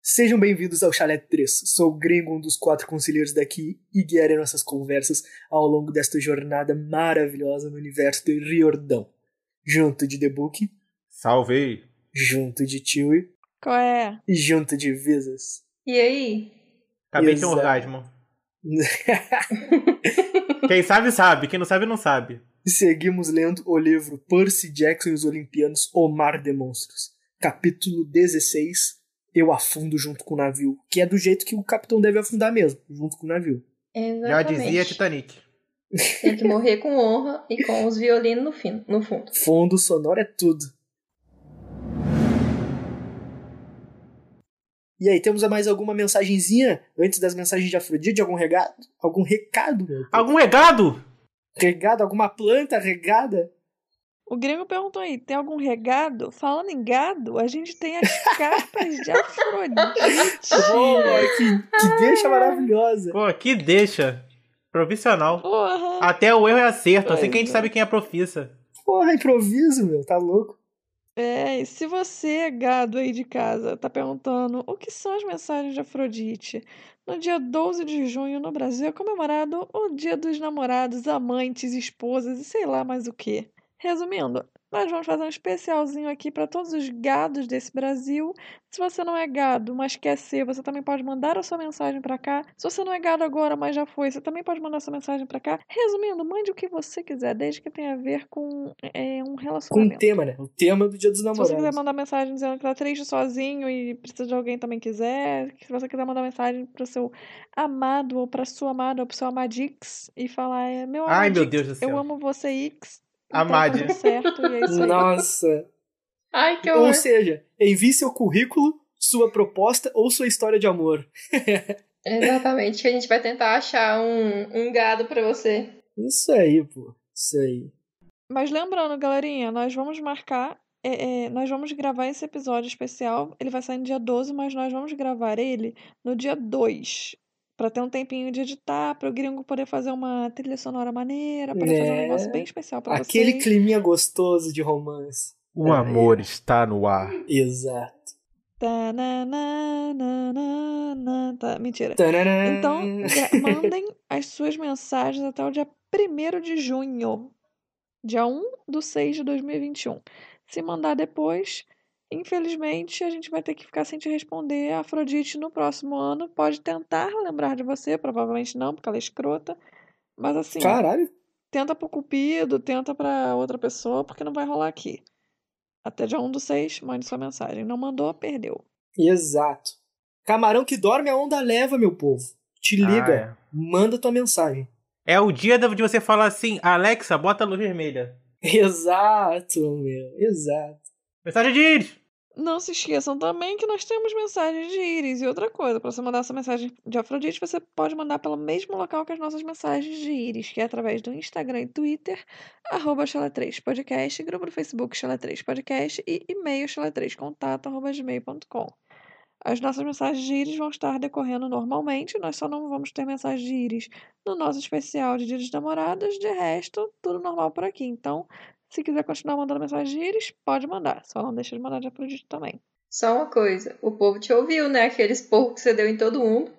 Sejam bem-vindos ao Chalé 3. Sou o Gringo, um dos quatro conselheiros daqui, e guiarei nossas conversas ao longo desta jornada maravilhosa no universo de Riordão. Junto de The Book, Salve! junto de Chewie, Qual é? e junto de Visas. E aí? Acabei de ter um Exato. orgasmo. Quem sabe, sabe. Quem não sabe, não sabe. Seguimos lendo o livro Percy Jackson e os Olimpianos, O Mar de Monstros. Capítulo 16, Eu Afundo Junto com o Navio, que é do jeito que o capitão deve afundar mesmo, junto com o navio. Exatamente. Já dizia tá- Titanic. Tem que morrer com honra e com os violinos no, fim, no fundo. Fundo sonoro é tudo. E aí, temos mais alguma mensagenzinha antes das mensagens de Afrodite? Algum regado? Algum recado? meu Deus? Algum regado? Regado? Alguma planta regada? O Gringo perguntou aí, tem algum regado? Falando em gado, a gente tem as capas de Oh, Afrodite. que, que deixa maravilhosa! Pô, que deixa. Profissional. Porra. Até o erro é acerto. Assim Pois que a gente é. sabe quem é profissa. Porra, improviso, meu, tá louco? É, e se você, gado aí de casa, tá perguntando o que são as mensagens de Afrodite, no dia 12 de junho no Brasil é comemorado o Dia dos Namorados, Amantes, Esposas e sei lá mais o que. Resumindo, nós vamos fazer um especialzinho aqui para todos os gados desse Brasil. Se você não é gado, mas quer ser, você também pode mandar a sua mensagem para cá. Se você não é gado agora, mas já foi, você também pode mandar a sua mensagem para cá. Resumindo, mande o que você quiser, desde que tenha a ver com é, Com um relacionamento. o tema, né? O tema do Dia dos Se você quiser Namorados. mandar mensagem dizendo que tá triste sozinho e precisa de alguém também quiser, se você quiser mandar mensagem pro seu amado ou pra sua amada ou pro seu amadix e falar, é, meu Ai, meu amadix, Deus do céu. eu amo você, Ix. Amade. Então, tá tudo certo, e é isso aí. Nossa! Ai, que Ou horror. seja, envie seu currículo, sua proposta ou sua história de amor. Exatamente, que a gente vai tentar achar um, um gado pra você. Isso aí, pô. Isso aí. Mas lembrando, galerinha, nós vamos marcar. é, é, nós vamos gravar esse episódio especial. Ele vai sair no dia 12, mas nós vamos gravar ele no dia 2. Pra ter um tempinho de editar, para o gringo poder fazer uma trilha sonora maneira, poder fazer um É. negócio bem especial pra Aquele vocês. climinha gostoso de romance. O amor está no ar. Exato. Tá, na, na, na, na, na, tá, mentira. Tananã. Então, gra- mandem as suas mensagens até o dia 1 de junho. Dia 1 do 6 de 2021. Se mandar depois, infelizmente, a gente vai ter que ficar sem te responder. A Afrodite no próximo ano pode tentar lembrar de você, provavelmente não, porque ela é escrota. Mas assim, Caralho. tenta pro Cupido, tenta pra outra pessoa, porque não vai rolar aqui. Até dia 1 do 6, mande sua mensagem. Não mandou, perdeu. Exato. Camarão que dorme, a onda leva, meu povo. Te liga. Ah, Manda tua mensagem. é. É o dia de você falar assim, Alexa, bota a luz vermelha. Exato, meu. Exato. Mensagem de íris. Não se esqueçam também que nós temos mensagens de íris. E outra coisa, para você mandar essa mensagem de Afrodite, você pode mandar pelo mesmo local que as nossas mensagens de íris, que é através do Instagram e Twitter, arroba xalé3podcast, grupo do Facebook xalé3podcast e e-mail xalé3contato.gmail.com. As nossas mensagens de íris vão estar decorrendo normalmente, nós só não vamos ter mensagens de íris no nosso especial de Dia dos Namorados, de resto, tudo normal por aqui. Então, se quiser continuar mandando mensagem de íris, pode mandar. Só não deixa de mandar de Afrodite também. Só uma coisa, o povo te ouviu, né? Aqueles porcos que você deu em todo mundo.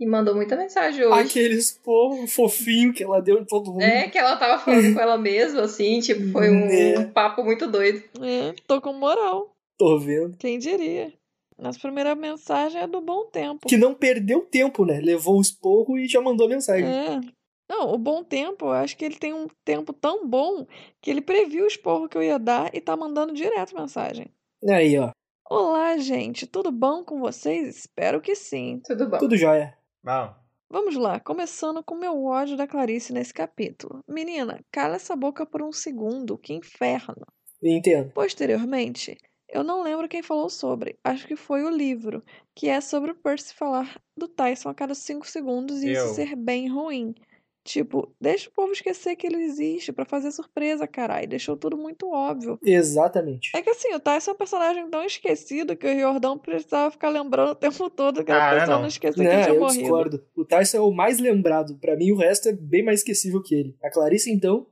E mandou muita mensagem hoje. Aqueles povo fofinho que ela deu em todo mundo. É, que ela tava falando com ela mesma, assim, tipo, foi um, Né. um papo muito doido. É, tô com moral. Tô vendo. Quem diria? Nossa primeira mensagem é do bom tempo. Que não perdeu tempo, né? Levou o esporro e já mandou a mensagem. É. Não, o bom tempo, eu acho que ele tem um tempo tão bom que ele previu o esporro que eu ia dar e tá mandando direto mensagem. Aí, ó. Olá, gente, tudo bom com vocês? Espero que sim. Tudo bom. Tudo jóia. Não. Vamos lá, começando com meu ódio da Clarice nesse capítulo. Menina, cala essa boca por um segundo, que inferno. Entendo. Posteriormente, eu não lembro quem falou sobre, acho que foi o livro, que é sobre o Percy falar do Tyson a cada 5 segundos e Eu. isso ser bem ruim. Tipo, deixa o povo esquecer que ele existe pra fazer surpresa, carai. Deixou tudo muito óbvio. Exatamente. É que assim, o Tyson é um personagem tão esquecido que o Jordão precisava ficar lembrando o tempo todo que Ah, a pessoa não. não esquecer que ele Não, tinha Né, eu morrido. discordo. O Tyson é o mais lembrado. Pra mim, o resto é bem mais esquecível que ele. A Clarice, então,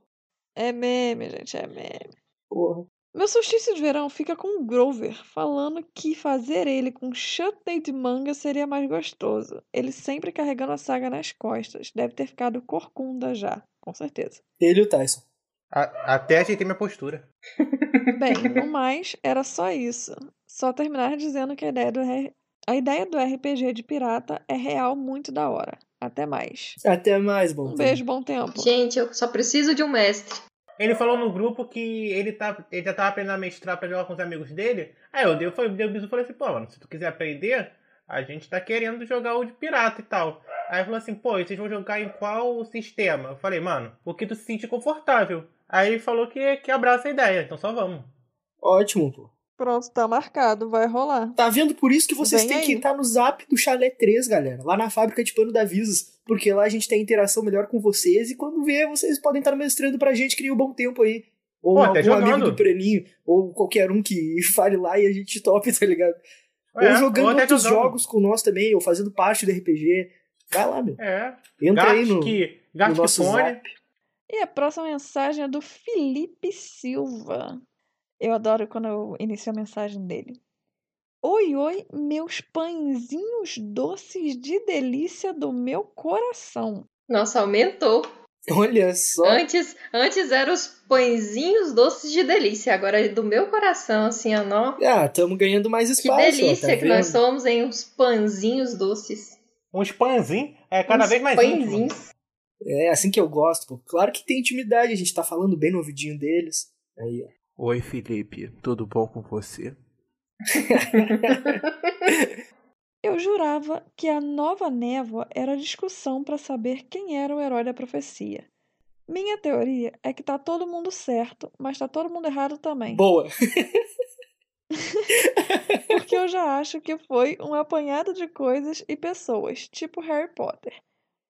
É meme, gente, é meme. porra. Meu solstício de verão fica com o Grover, falando que fazer ele com chutney de manga seria mais gostoso. Ele sempre carregando a saga nas costas. Deve ter ficado corcunda já, com certeza. Ele e o Tyson. A- até ajeitei minha postura. Bem, no mais, era só isso. Só terminar dizendo que a ideia do, R- a ideia do RPG de pirata é real muito da hora. Até mais. Até mais, bom. Um tempo. beijo, bom tempo. Gente, eu só preciso de um mestre. Ele falou no grupo que ele, tá, ele já tava aprendendo a mestrar pra jogar com os amigos dele. Aí eu dei, eu falei, dei o bisu e falei assim, pô, mano, se tu quiser aprender, a gente tá querendo jogar o de pirata e tal. Aí ele falou assim, pô, e vocês vão jogar em qual sistema? Eu falei, mano, o que tu se sente confortável. Aí ele falou que, que abraça a ideia, então só vamos. Ótimo, pô. Pronto, tá marcado, vai rolar. Tá vendo? Por isso que vocês Vem têm aí. que entrar no zap do Chalé 3, galera. Lá na fábrica de pano da Visas. Porque lá a gente tem a interação melhor com vocês. E quando vê, vocês podem estar mestrando pra gente, cria um bom tempo aí. Ou Pô, até algum amigo jogando. do Preninho. Ou qualquer um que fale lá e a gente topa, tá ligado? É, ou jogando até outros jogando. jogos com nós também. Ou fazendo parte do RPG. Vai lá, meu. É, Entra aí Gato no... que, gato no que nosso fone. zap. E a próxima mensagem é do Felipe Silva. Eu adoro quando eu inicio a mensagem dele. Oi, oi, meus pãezinhos doces de delícia do meu coração. Nossa, aumentou. Olha só. Antes, antes eram os pãezinhos doces de delícia. Agora é do meu coração, assim, ó. nó. Ah, tamo ganhando mais Que espaço. ó, delícia tá que nós vendo? somos, hein? Uns pãezinhos doces. Uns pãezinhos, um é cada Um Uns vez mais íntimo. pãezinhos. É assim que eu gosto, pô. Claro que tem intimidade, a gente tá falando bem no ouvidinho deles. Aí, ó. Oi, Felipe, tudo bom com você? Eu jurava que a nova névoa era a discussão para saber quem era o herói da profecia. Minha teoria é que tá todo mundo certo, mas tá todo mundo errado também. Boa. Porque eu já acho que foi um apanhado de coisas e pessoas, tipo Harry Potter.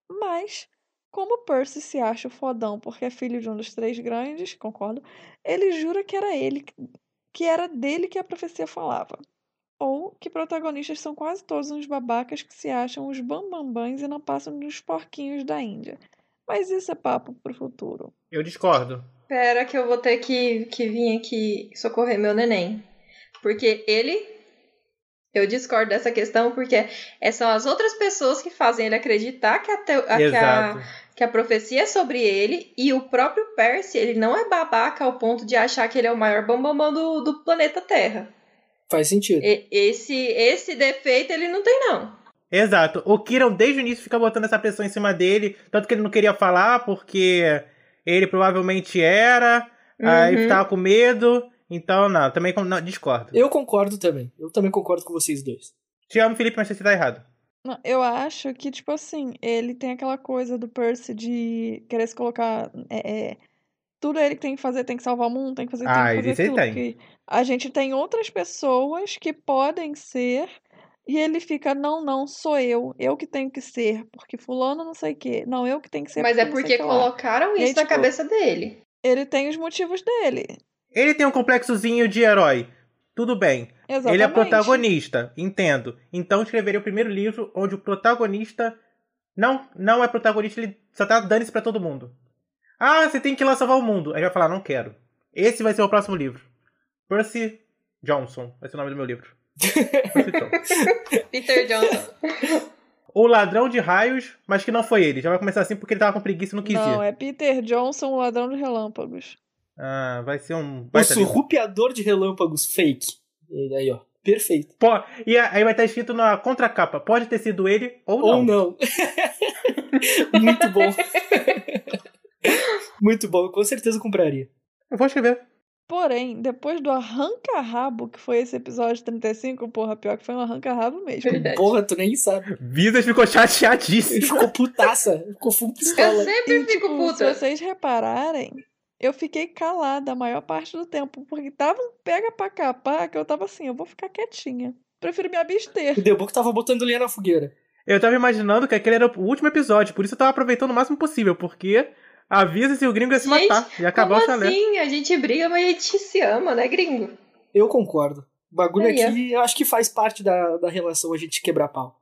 Mas, como Percy se acha o fodão porque é filho de um dos três grandes, concordo, ele jura que era ele, que- que era dele que a profecia falava. Ou que protagonistas são quase todos uns babacas que se acham os bambambãs e não passam dos porquinhos da Índia. Mas isso é papo pro futuro. Eu discordo. Pera que eu vou ter que, que vir aqui socorrer meu neném. Porque ele. Eu discordo dessa questão porque é- são as outras pessoas que fazem ele acreditar que a, teo- a- que a- Exato. que a profecia é sobre ele e o próprio Percy, ele não é babaca ao ponto de achar que ele é o maior bambambam do, do planeta Terra. Faz sentido. E- esse, esse defeito ele não tem, não. Exato. O Kiran, desde o início, fica botando essa pressão em cima dele. Tanto que ele não queria falar, porque ele provavelmente era. Aí Uhum. tava com medo. Então, não, também com- não, discordo. Eu concordo também. Eu também concordo com vocês dois. Te amo, Felipe, mas você tá errado. Não, eu acho que, tipo assim, ele tem aquela coisa do Percy de querer se colocar. É, é, tudo ele que tem que fazer, tem que salvar o mundo, tem que fazer, tem Ah, que fazer isso ele tem. aquilo. Que a gente tem outras pessoas que podem ser, e ele fica, não, não, sou eu, eu que tenho que ser, porque fulano não sei o quê. Não, eu que tenho que ser Mas é não sei porque o que lá." colocaram E aí, isso na tipo, cabeça dele. Ele tem os motivos dele. Ele tem um complexozinho de herói. Tudo bem. Exatamente. Ele é protagonista, entendo. Então escreveria o primeiro livro onde o protagonista não não é protagonista, ele só tá dando isso pra todo mundo. Ah, você tem que ir lá salvar o mundo. Aí ele vai falar, não quero. Esse vai ser o próximo livro. Percy Johnson vai ser o nome do meu livro. Percy Johnson. Peter Johnson. o ladrão de raios, mas que não foi ele. Já vai começar assim porque ele tava com preguiça e não quis Não, ir. é Peter Johnson, o ladrão de relâmpagos. Ah, vai ser um... O baita livro. surrupiador de relâmpagos fake. Ele Aí, ó. Perfeito. Pô, e aí vai estar escrito na contracapa, pode ter sido ele ou não. Ou não. Muito bom. Muito bom. Eu com certeza compraria. Eu vou escrever. Porém, depois do arranca-rabo, que foi esse episódio 35, porra, pior que foi um arranca-rabo mesmo. Verdade. Porra, tu nem sabe. Visas ficou Ele chateadíssimo. ficou putaça. Ficou full Eu pistola. sempre fico Tipo, puta. se vocês repararem, eu fiquei calada a maior parte do tempo, porque tava um pega pra capar que eu tava assim, eu vou ficar quietinha. Prefiro me abster. O Deboco tava botando lenha na fogueira. Eu tava imaginando que aquele era o último episódio, por isso eu tava aproveitando o máximo possível, porque a Visas e o Gringo ia se Gente, matar, ia Como acabar o chalé. assim? A gente briga, mas a gente se ama, né, gringo? Eu concordo. O bagulho Aí, ó. aqui, eu acho que faz parte da, da relação a gente quebrar pau.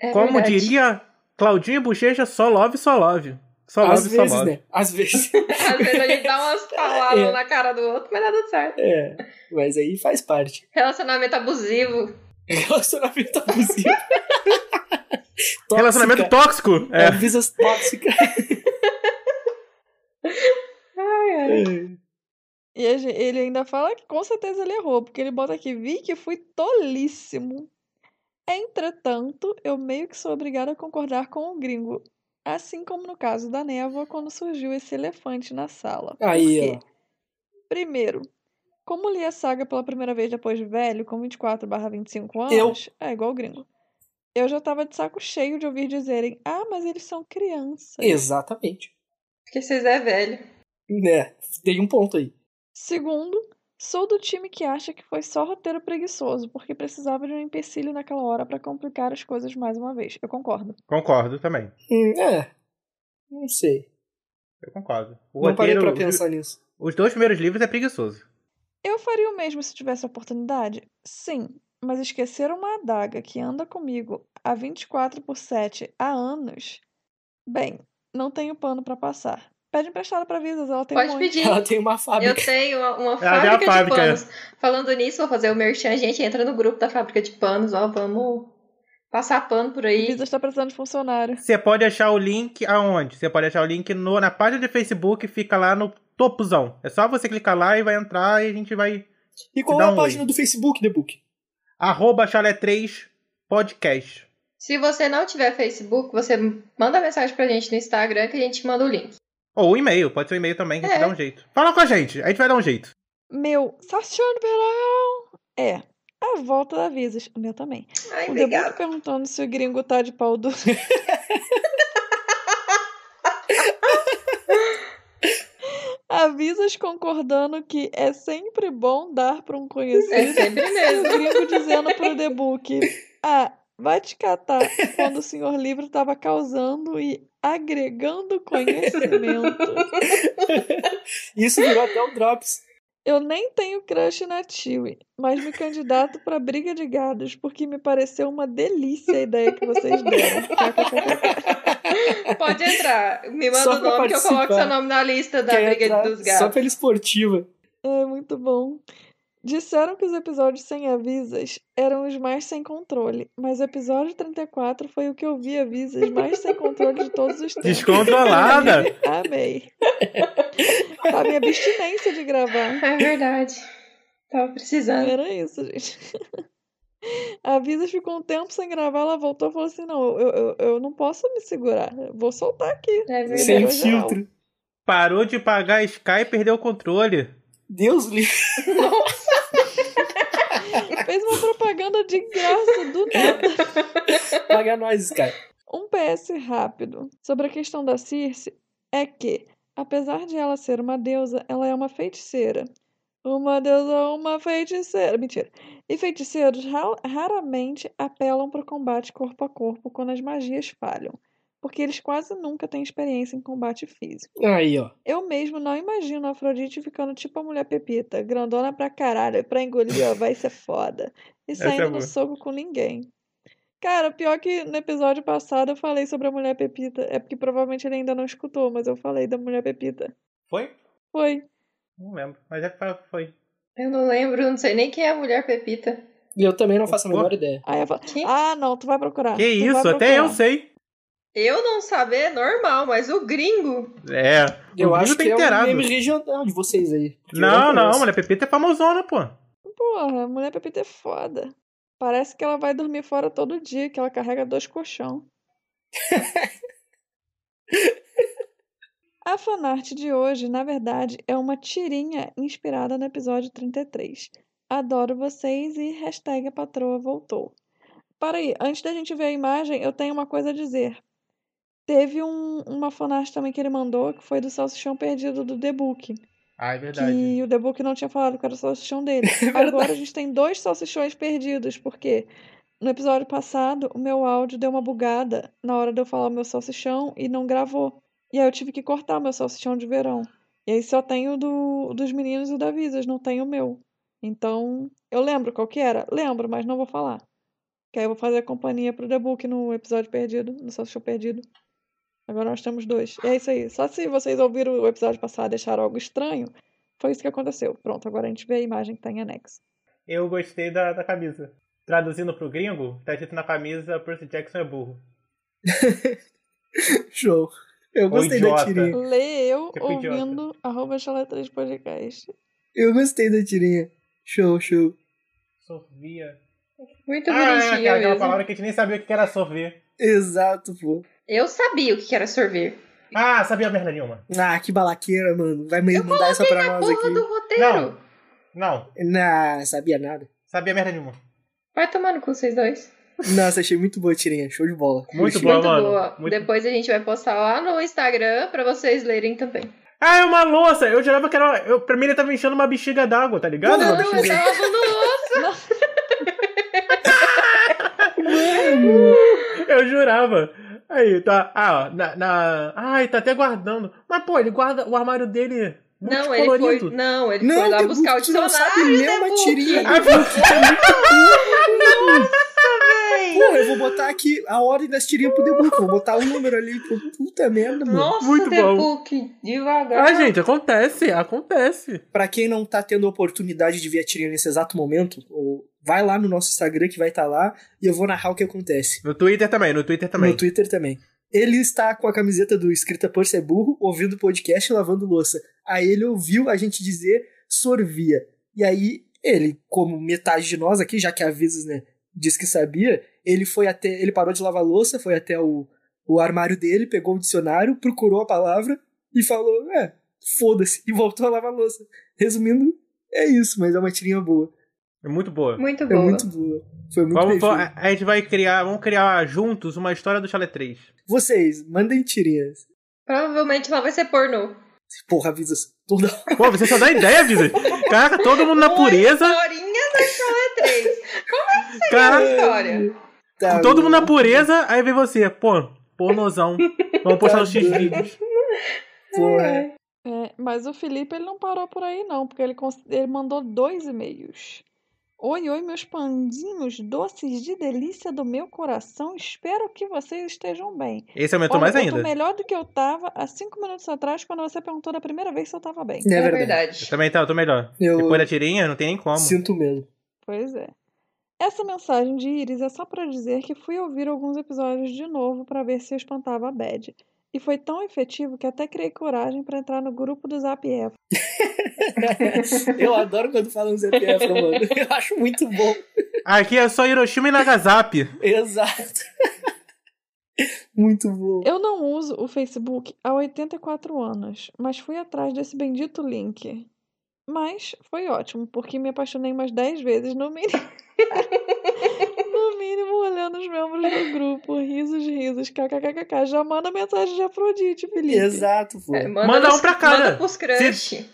É Como verdade. diria Claudinho e Bochecha, só love, só love. Só Às love, só vezes, love. né? Às vezes. Às vezes a gente dá umas palavras É. na cara do outro, mas dá tudo certo. É, mas aí faz parte. Relacionamento abusivo. Relacionamento abusivo. Tóxica. Relacionamento tóxico. É, É. visas tóxicas. Ai, ai. E a gen- ele ainda fala que com certeza ele errou, porque ele bota aqui, vi que fui tolíssimo. Entretanto, eu meio que sou obrigada a concordar com o gringo. Assim como no caso da névoa, quando surgiu esse elefante na sala. Por Aí, quê? ó. Primeiro, como li a saga pela primeira vez depois de velho, com 24 barra 25 Eu. anos, é igual o gringo. Eu já tava de saco cheio de ouvir dizerem, ah, mas eles são crianças. Exatamente. Porque vocês é velho. Né? Tem um ponto aí. Segundo, sou do time que acha que foi só roteiro preguiçoso, porque precisava de um empecilho naquela hora pra complicar as coisas mais uma vez. Eu concordo. Concordo também. Hum, é. Não sei. Eu concordo. O Não parei roteiro, pra os- pensar nisso. Os dois primeiros livros é preguiçoso. Eu faria o mesmo se tivesse a oportunidade? Sim, mas esquecer uma adaga que anda comigo há 24 por 7 há anos? Bem, não tenho pano pra passar. Pede emprestado pra Visas, ela tem um Pode monte. pedir. Ela tem uma Eu fábrica. tenho uma, uma tem a fábrica, fábrica. de panos. Falando nisso, vou fazer o merchan. A gente entra no grupo da fábrica de panos. Ó, vamos passar pano por aí. Visas tá precisando de funcionário. Você pode achar o link aonde? Você pode achar o link no- na página de Facebook, fica lá no topozão. É só você clicar lá e vai entrar e a gente vai. E qual Dá é a um página oi. do Facebook, The Book? Arroba chalé 3 podcast. Se você não tiver Facebook, você manda mensagem pra gente no Instagram que a gente manda o link. Ou um e-mail, pode ser um e-mail também, que a gente É. dá um jeito. Fala com a gente, a gente vai dar um jeito. Meu, Sacione Verão! É, a volta da Visas. O meu também. Ai, O Debuto obrigada. perguntando se o gringo tá de pau duro. Avisas concordando que é sempre bom dar pra um É conhecido. sempre E o mesmo. gringo dizendo pro The Book: Ah, vai te catar quando o senhor livro tava causando e agregando conhecimento. Isso virou até o Drops. Eu nem tenho crush na Tiwi, mas me candidato pra briga de gados porque me pareceu uma delícia a ideia que vocês deram. KKKK. Pode entrar. Me manda Só o pra nome que eu coloco participar. seu nome na lista da Quer briga entrar dos Só gatos. pela esportiva. É muito bom. Disseram que os episódios sem avisas eram os mais sem controle, mas o episódio 34 foi o que eu vi avisas mais sem controle de todos os tempos. Descontrolada! Inclusive, Amei. A minha abstinência de gravar. É verdade. Tava precisando. né, Era isso, gente. A Visa ficou um tempo sem gravar, ela voltou e falou assim: não, eu, eu, eu não posso me segurar, eu vou soltar aqui. É verdade. Sem Liberou geral. filtro. Parou de pagar a Sky e perdeu o controle. Deus livre. Fez uma propaganda de graça do nada. Paga nós, cara. Um PS rápido sobre a questão da Circe é que, apesar de ela ser uma deusa, ela é uma feiticeira. Uma deusa, uma feiticeira. Mentira. E feiticeiros ra- raramente apelam para o combate corpo a corpo quando as magias falham, porque eles quase nunca têm experiência em combate físico. Aí, ó. Eu mesmo não imagino a Afrodite ficando tipo a mulher Pepita, grandona pra caralho, pra engolir, ó, vai ser foda. E Essa é saindo no boa. soco com ninguém. Cara, pior que no episódio passado eu falei sobre a mulher Pepita. É porque provavelmente ele ainda não escutou, mas eu falei da mulher Pepita. Foi? Foi. Não lembro, mas é que fa- foi. Eu não lembro, não sei nem quem é a mulher Pepita. E eu também não faço a Pô. menor ideia. Aí eu falo, Que? ah, não, tu vai procurar. Que tu vai isso, até eu procurar." sei. Eu não saber é normal, mas o gringo. É, Eu o acho Gringo que tem é um inteirado. meme regional de vocês aí. porque eu Não, não, conheço. mulher Pepita é famosona, pô. Porra, a mulher Pepita é foda. Parece que ela vai dormir fora todo dia, que ela carrega dois colchão. A fanart de hoje, na verdade, é uma tirinha inspirada no episódio 33. Adoro vocês e hashtag a patroa voltou. Para aí, antes da gente ver a imagem, eu tenho uma coisa a dizer. Teve um- uma fanart também que ele mandou, que foi do salsichão perdido do The Book. Ah, é verdade. Que o The Book não tinha falado que era o salsichão dele. Agora a gente tem dois salsichões perdidos, porque no episódio passado o meu áudio deu uma bugada na hora de eu falar o meu salsichão e não gravou. E aí eu tive que cortar o meu salsichão de verão. E aí só tem o do, dos meninos e o da Visas, não tem o meu. Então, eu lembro qual que era? Lembro, mas não vou falar. Que aí eu vou fazer a companhia pro The Book no episódio perdido, no salsichão perdido. Agora nós temos dois. E é isso aí. Só se vocês ouviram o episódio passado e deixaram algo estranho, foi isso que aconteceu. Pronto, agora a gente vê a imagem que tá em anexo. Eu gostei da, da camisa. Traduzindo pro gringo, tá escrito na camisa Percy Jackson é burro. Show. Eu gostei da idiota. tirinha. Leio Tipo ouvindo arroba chalé 3 podcast. Eu gostei da tirinha. Show, show. Sofia. Muito Ah, é, bonitinho aquela, aquela mesmo. palavra que a gente nem sabia o que era sorver. Exato, pô. Eu sabia o que era sorver. Ah, sabia merda nenhuma. Ah, que balaqueira, mano. Vai me mandar essa pra nós Porra aqui. do roteiro. Não, Não, sabia nada. sabia merda nenhuma. Vai tomando com vocês dois. Nossa, achei muito boa a tirinha. Show de bola. Muito Curti. boa, Muito mano. boa. Muito- Depois a gente vai postar lá no Instagram pra vocês lerem também. Ah, é uma louça! Eu jurava que era. Eu, pra mim ele tava enchendo uma bexiga d'água, tá ligado? Não, Uma não, bexiga- Tava no Eu jurava. Aí, tá. Ah, ó, na, na. Ai, tá até guardando. Mas, pô, ele guarda o armário dele. Não, ele multicolorido. foi, não, ele Não, foi lá Tebuco, buscar o tu não dicionário. sabe ler uma Tebuco. tirinha. Ah, foi- Pô, eu vou botar aqui a ordem das tirinhas pro Debuco. Vou botar o número ali. Pô, puta merda, mano. Nossa, Muito bom. Tebuco, devagar. Ah, gente, acontece, acontece. Pra quem não tá tendo a oportunidade de ver a tirinha nesse exato momento, ou vai lá no nosso Instagram que vai estar lá e eu vou narrar o que acontece. No Twitter também, no Twitter também. No Twitter também. Ele está com a camiseta do Escrita por Ser Burro, ouvindo podcast e lavando louça. Aí ele ouviu a gente dizer sorvia. E aí ele, como metade de nós aqui, já que avisos, né, diz que sabia, ele foi até, ele parou de lavar louça, foi até o, o armário dele, pegou o dicionário, procurou a palavra e falou, é, foda-se, e voltou a lavar louça. Resumindo, é isso, mas é uma tirinha boa. É muito boa. Muito É boa. muito boa. Foi muito Vamos, bem vamos- feito. a, a gente vai criar, vamos criar juntos uma história do Chalet 3. Vocês, mandem tirinhas. Provavelmente lá vai ser pornô. Porra, avisos toda Pô, você só dá ideia, Vitor. Caraca, todo mundo na pureza. Historinha da Chalé 3. Caraca, História. Tá, todo mano. mundo na pureza. Aí vem você, pô, pornozão. Vamos postar nos X vídeos. Porra. É, mas o Felipe ele não parou por aí não, porque ele, cons- ele mandou dois e-mails. Oi, oi, meus pandinhos doces de delícia do meu coração. Espero que vocês estejam bem. Esse aumentou Olha, mais Eu tô ainda. melhor do que eu tava há cinco minutos atrás, quando você perguntou da primeira vez se eu tava bem. É É verdade. Eu verdade. também tá, eu tô melhor. Eu Depois da tirinha, não tem nem como. sinto mesmo. Pois é. Essa mensagem de Iris é só pra dizer que fui ouvir alguns episódios de novo pra ver se eu espantava a Bad. E foi tão efetivo que até criei coragem pra entrar no grupo do Zap F. Eu adoro quando falam ZPF, mano. Eu acho muito bom. Aqui é só Hiroshima e Nagasaki. Exato. Muito bom. Eu não uso o Facebook há 84 anos, mas fui atrás desse bendito link. Mas foi ótimo, porque me apaixonei umas 10 vezes, no mínimo. no mínimo, olhando os membros do grupo. Risos, risos, kkkk. Já manda mensagem de Afrodite, Felipe. Exato, pô. É, Manda pros- um pra cada. Manda pros crush.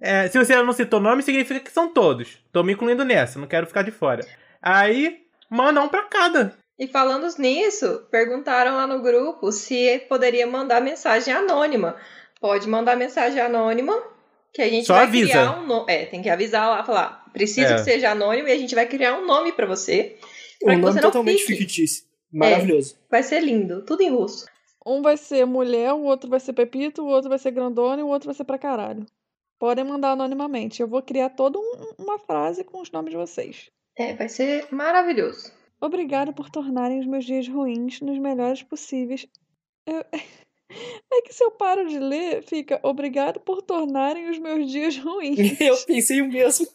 É, se você não citou nome, significa que são todos. Tô me incluindo nessa, não quero ficar de fora. Aí, manda um pra cada. E falando nisso, perguntaram lá no grupo se poderia mandar mensagem anônima. Pode mandar mensagem anônima, que a gente Só vai avisa. criar um nome. É, tem que avisar lá, falar, É. preciso que seja anônimo e a gente vai criar um nome pra você. pra um que nome você não totalmente fique. fictício. Maravilhoso. Vai ser lindo, tudo em russo. Um vai ser mulher, o outro vai ser Pepito, o outro vai ser Grandona e o outro vai ser pra caralho. Podem mandar anonimamente. Eu vou criar toda um- uma frase com os nomes de vocês. É, vai ser maravilhoso. Obrigado por tornarem os meus dias ruins nos melhores possíveis. Eu- É que se eu paro de ler, fica obrigado por tornarem os meus dias ruins. Eu pensei o mesmo.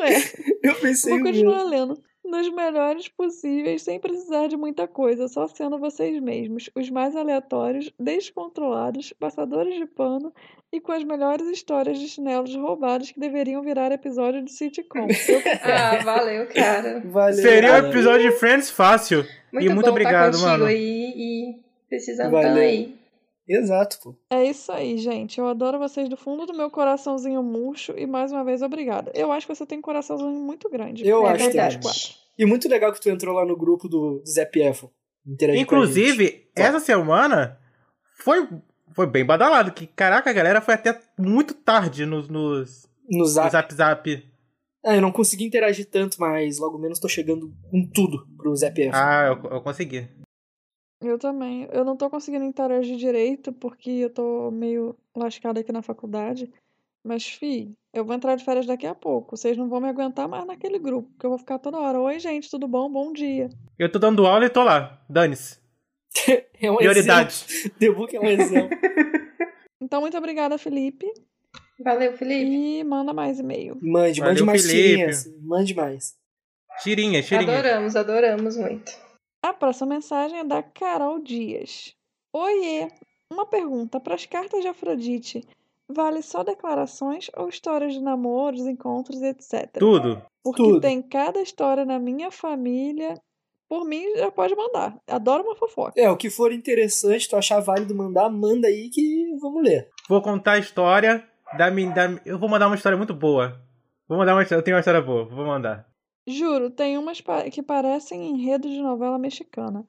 Ué, Eu pensei vou o mesmo. continuar lendo. Nos melhores possíveis, sem precisar de muita coisa, só sendo vocês mesmos, os mais aleatórios, descontrolados, passadores de pano e com as melhores histórias de chinelos roubados que deveriam virar episódio de sitcom. Eu É. confesso. Ah, valeu, cara. Valeu. Seria um cara. episódio de Friends fácil. Muito E bom muito tá obrigado, contigo mano. aí e precisando Valeu. também. Exato, pô. É isso aí, gente. Eu adoro vocês do fundo do meu coraçãozinho murcho e mais uma vez obrigada. Eu acho que você tem um coraçãozinho muito grande. Eu é acho verdade. também. E muito legal que tu entrou lá no grupo do, do Zé Piefo. Interagir com a gente. Inclusive, Tá. essa semana foi, foi bem badalado. Que, caraca, a galera foi até muito tarde nos, nos, No no Zap. zap zap. Ah, eu não consegui interagir tanto, mas logo menos tô chegando com tudo pro Zé Piefo. Ah, eu, eu consegui. Eu também. Eu não tô conseguindo encarar de direito porque eu tô meio lascada aqui na faculdade. Mas, fi, eu vou entrar de férias daqui a pouco. Vocês não vão me aguentar mais naquele grupo, que eu vou ficar toda hora. Oi, gente, tudo bom? Bom dia. Eu tô dando aula e tô lá. Dane-se. É um Prioridade. exemplo. The Book é um exemplo. Então, muito obrigada, Felipe. Valeu, Felipe. E manda mais e-mail. Mande, mande Valeu, mais Felipe. tirinhas. Mande mais. Tirinha, tirinha. Adoramos, adoramos muito. A próxima mensagem é da Carol Dias. Oiê! Uma pergunta. Para as cartas de Afrodite, vale só declarações ou histórias de namoros, encontros, etc? Tudo. Porque Tudo. tem cada história na minha família. Por mim, já pode mandar. Adoro uma fofoca. É, o que for interessante, tu achar válido mandar, manda aí que vamos ler. Vou contar a história da minha. da- Eu vou mandar uma história muito boa. Vou mandar uma história. Eu tenho uma história boa, vou mandar. Juro, tem umas pa- que parecem enredo de novela mexicana.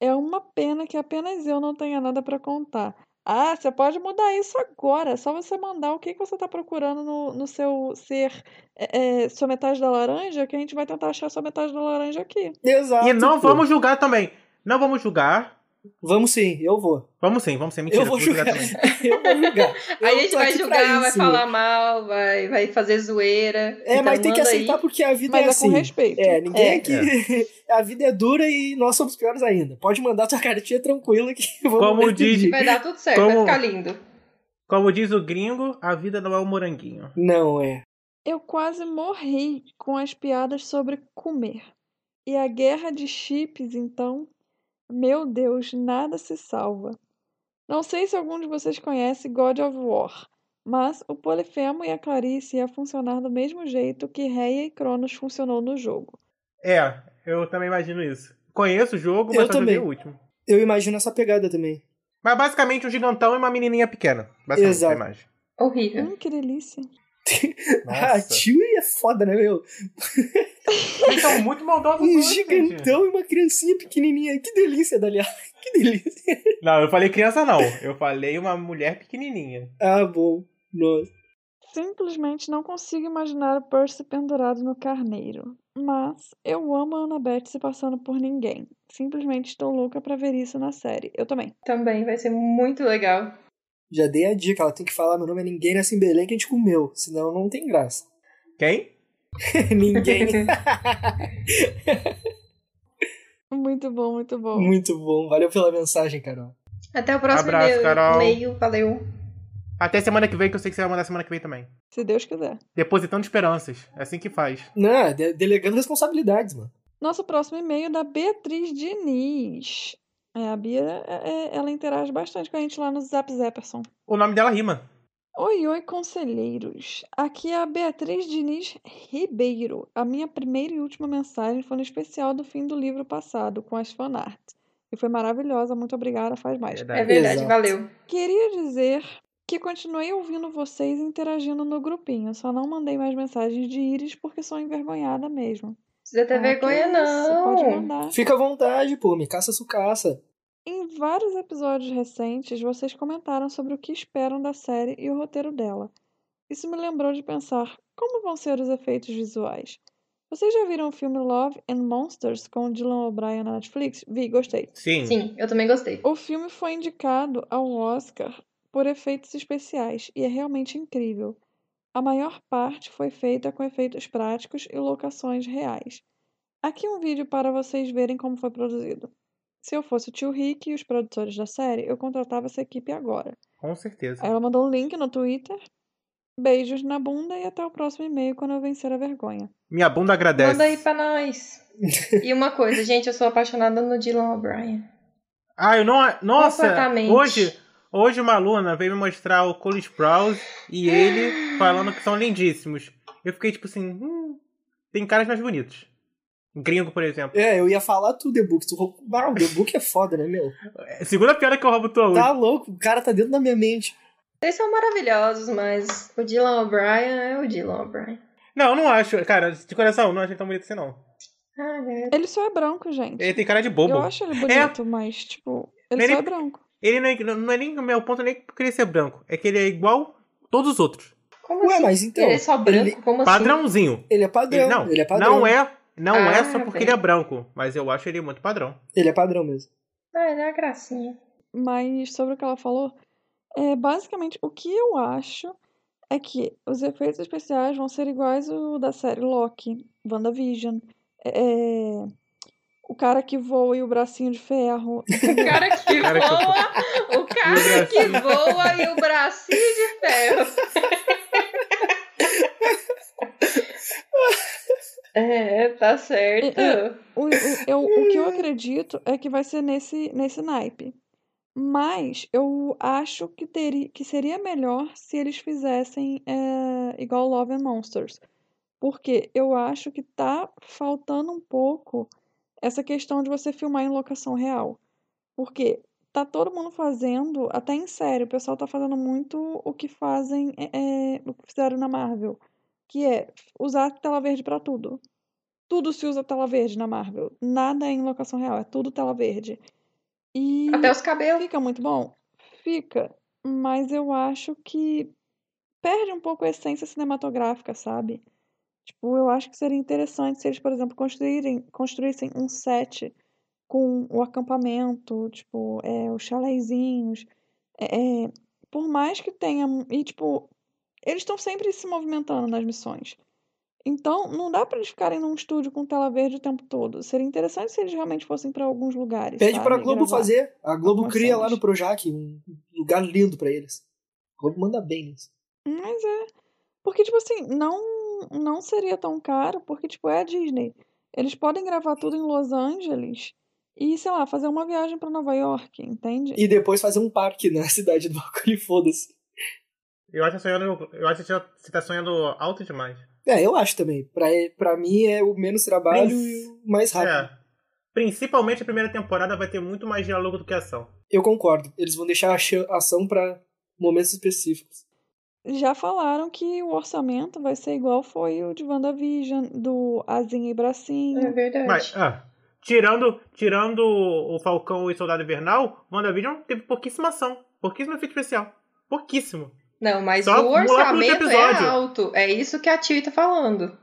É uma pena que apenas eu não tenha nada para contar. Ah, você pode mudar isso agora. É só você mandar o que que você está procurando no, no seu ser, é, é, sua metade da laranja, que a gente vai tentar achar sua metade da laranja aqui. Exato. E não pô. vamos julgar também. Não vamos julgar. Vamos sim, eu vou. Vamos sim, vamos sim. Mentira, eu vou vamos julgar. também. eu vou julgar. Aí Eu a gente tô vai aqui pra julgar, vai isso. falar mal, vai, vai fazer zoeira. É, Então mas tem que manda aceitar aí. porque a vida Mas é é assim. com respeito. É, ninguém É. aqui. A vida é dura e nós somos piores ainda. Pode mandar sua cartinha tranquila que vamos Como ler diz- tudinho. Vai dar tudo certo, Como- vai ficar lindo. Como diz o gringo, a vida não é um moranguinho. Não é. Eu quase morri com as piadas sobre comer. E a guerra de chips, então, meu Deus, nada se salva. Não sei se algum de vocês conhece God of War, mas o Polifemo e a Clarice ia funcionar do mesmo jeito que Rei e Cronos funcionou no jogo. É, eu também imagino isso. Conheço o jogo, mas Eu só joguei também. o último. Eu imagino essa pegada também. Mas basicamente um gigantão e uma menininha pequena. Basicamente, é Exato. a imagem. Horrível. Hum, que delícia! Nossa. Ah, tio é foda, né, meu? Vocês estão muito maldosos Um hoje, gente. gigantão e uma criancinha pequenininha. Que delícia, Dalia. Que delícia. Não, eu falei criança não. Eu falei uma mulher pequenininha. Ah, bom. Nossa. Simplesmente não consigo imaginar o Percy pendurado no carneiro. Mas eu amo a Annabeth se passando por ninguém. Simplesmente estou louca pra ver isso na série. Eu também. Também vai ser muito legal. Já dei a dica. Ela tem que falar meu nome é ninguém nessa em Belém que a gente comeu. Senão não tem graça. Quem? ninguém. Muito bom, muito bom. Muito bom. Valeu pela mensagem, Carol. Até o próximo Abraço, e-mail. Carol. e-mail, Valeu. Até semana que vem, que eu sei que você vai mandar semana que vem também. Se Deus quiser. Depositando esperanças. É assim que faz. Não, de- delegando responsabilidades, mano. Nosso próximo e-mail é da Beatriz Diniz. É, a Bia, é, é, ela interage bastante com a gente lá no Zap Zepperson. O nome dela rima. Oi, oi, conselheiros. Aqui é a Beatriz Diniz Ribeiro. A minha primeira e última mensagem foi no especial do fim do livro passado, com as fanart. E foi maravilhosa, muito obrigada, faz mais. É verdade, Exato. valeu. Queria dizer que continuei ouvindo vocês e interagindo no grupinho, só não mandei mais mensagens de íris porque sou envergonhada mesmo. Precisa ter Ah, que Tá vergonha, isso, Pode não. mandar. Fica à vontade, pô. Me caça sucaça. Em vários episódios recentes, vocês comentaram sobre o que esperam da série e o roteiro dela. Isso me lembrou de pensar como vão ser os efeitos visuais. Vocês já viram o filme Love and Monsters com o Dylan O'Brien na Netflix? Vi, gostei. Sim. Sim, eu também gostei. O filme foi indicado ao Oscar por efeitos especiais e é realmente incrível. A maior parte foi feita com efeitos práticos e locações reais. Aqui um vídeo para vocês verem como foi produzido. Se eu fosse o tio Rick e os produtores da série, eu contratava essa equipe agora. Com certeza. Aí ela mandou um link no Twitter. Beijos na bunda e até o próximo e-mail quando eu vencer a vergonha. Minha bunda agradece. Manda aí pra nós. E uma coisa, gente, eu sou apaixonada no Dylan O'Brien. Ah, eu não. Nossa! Completamente. Hoje, hoje uma aluna veio me mostrar o Cole Sprouse e ele falando que são lindíssimos. Eu fiquei tipo assim. Hum, tem caras mais bonitos. Gringo, por exemplo. É, eu ia falar tu, The Book. Tu roubou. Ah, o The Book é foda, né, meu? É, Segunda piada que eu roubo tua hoje. Tá louco. O cara tá dentro da minha mente. Vocês são maravilhosos, mas o Dylan O'Brien é o Dylan O'Brien. Não, eu não acho. Cara, de coração, não achei tão bonito assim, não. Ah, né? Ele só é branco, gente. Ele tem cara de Eu bobo. É. acho ele bonito, mas, tipo, ele Ele- só é branco. Ele não é, não é nem o meu ponto, nem que ele ser branco. É que ele é igual todos os outros. Como Ué, assim? mas então. ele é só branco? Ele, Como assim? Padrãozinho. ele é padrão. Ele- Ele, não, é padrão. não é. Não é Ah, só porque bem. ele é branco, mas eu acho ele muito padrão. Ele é padrão mesmo. Ah, ele é uma gracinha. Mas sobre o que ela falou, é, basicamente o que eu acho é que os efeitos especiais vão ser iguais o da série Loki, WandaVision, é, o cara que voa e o bracinho de ferro. O cara que Cara que- voa, o cara E que voa e o bracinho de ferro. É, tá certo. É, Hum, O, o, eu, o que eu acredito é que vai ser nesse, nesse naipe. Mas eu acho que, teria, que seria melhor se eles fizessem é, igual Love and Monsters. Porque eu acho que tá faltando um pouco essa questão de você filmar em locação real. Porque tá todo mundo fazendo, até em série, o pessoal tá fazendo muito o que fazem, é, é, o que fizeram na Marvel. Que é usar tela verde pra tudo. Tudo se usa tela verde na Marvel. Nada é em locação real, é tudo tela verde. hum. E Até os cabelos. fica muito bom? Fica. Mas eu acho que perde um pouco a essência cinematográfica, sabe? Tipo, eu acho que seria interessante se eles, por exemplo, construírem, construíssem um set com o acampamento, tipo, é, os chaleizinhos. É, é, por mais que tenha. E, tipo, eles estão sempre se movimentando nas missões. Então, não dá pra eles ficarem num estúdio com tela verde o tempo todo. Seria interessante se eles realmente fossem pra alguns lugares. Pede sabe? pra Globo Gravar. fazer. A Globo algumas cria lá cenas. no Projac um lugar lindo pra eles. A Globo manda bem nisso. Mas é. Porque, tipo assim, não, não seria tão caro, porque, tipo, é a Disney. Eles podem gravar tudo em Los Angeles e, sei lá, fazer uma viagem pra Nova York, entende? E depois fazer um parque na cidade do Acre, foda-se. Eu acho, que tá sonhando, eu acho que você tá sonhando alto demais. É, eu acho também. Pra, pra mim é o menos trabalho e o mais rápido. É. Principalmente a primeira temporada vai ter muito mais diálogo do que ação. Eu concordo. Eles vão deixar a cha- ação pra momentos específicos. Já falaram que o orçamento vai ser igual foi o de WandaVision, do Asinha e É Bracinho. É verdade. Mas, ah, tirando, tirando o Falcão e o Soldado Invernal, WandaVision teve pouquíssima ação. Pouquíssimo efeito especial. Pouquíssimo. Não, mas Só o acumular por outro orçamento é episódio. alto. É isso que a Tio tá falando.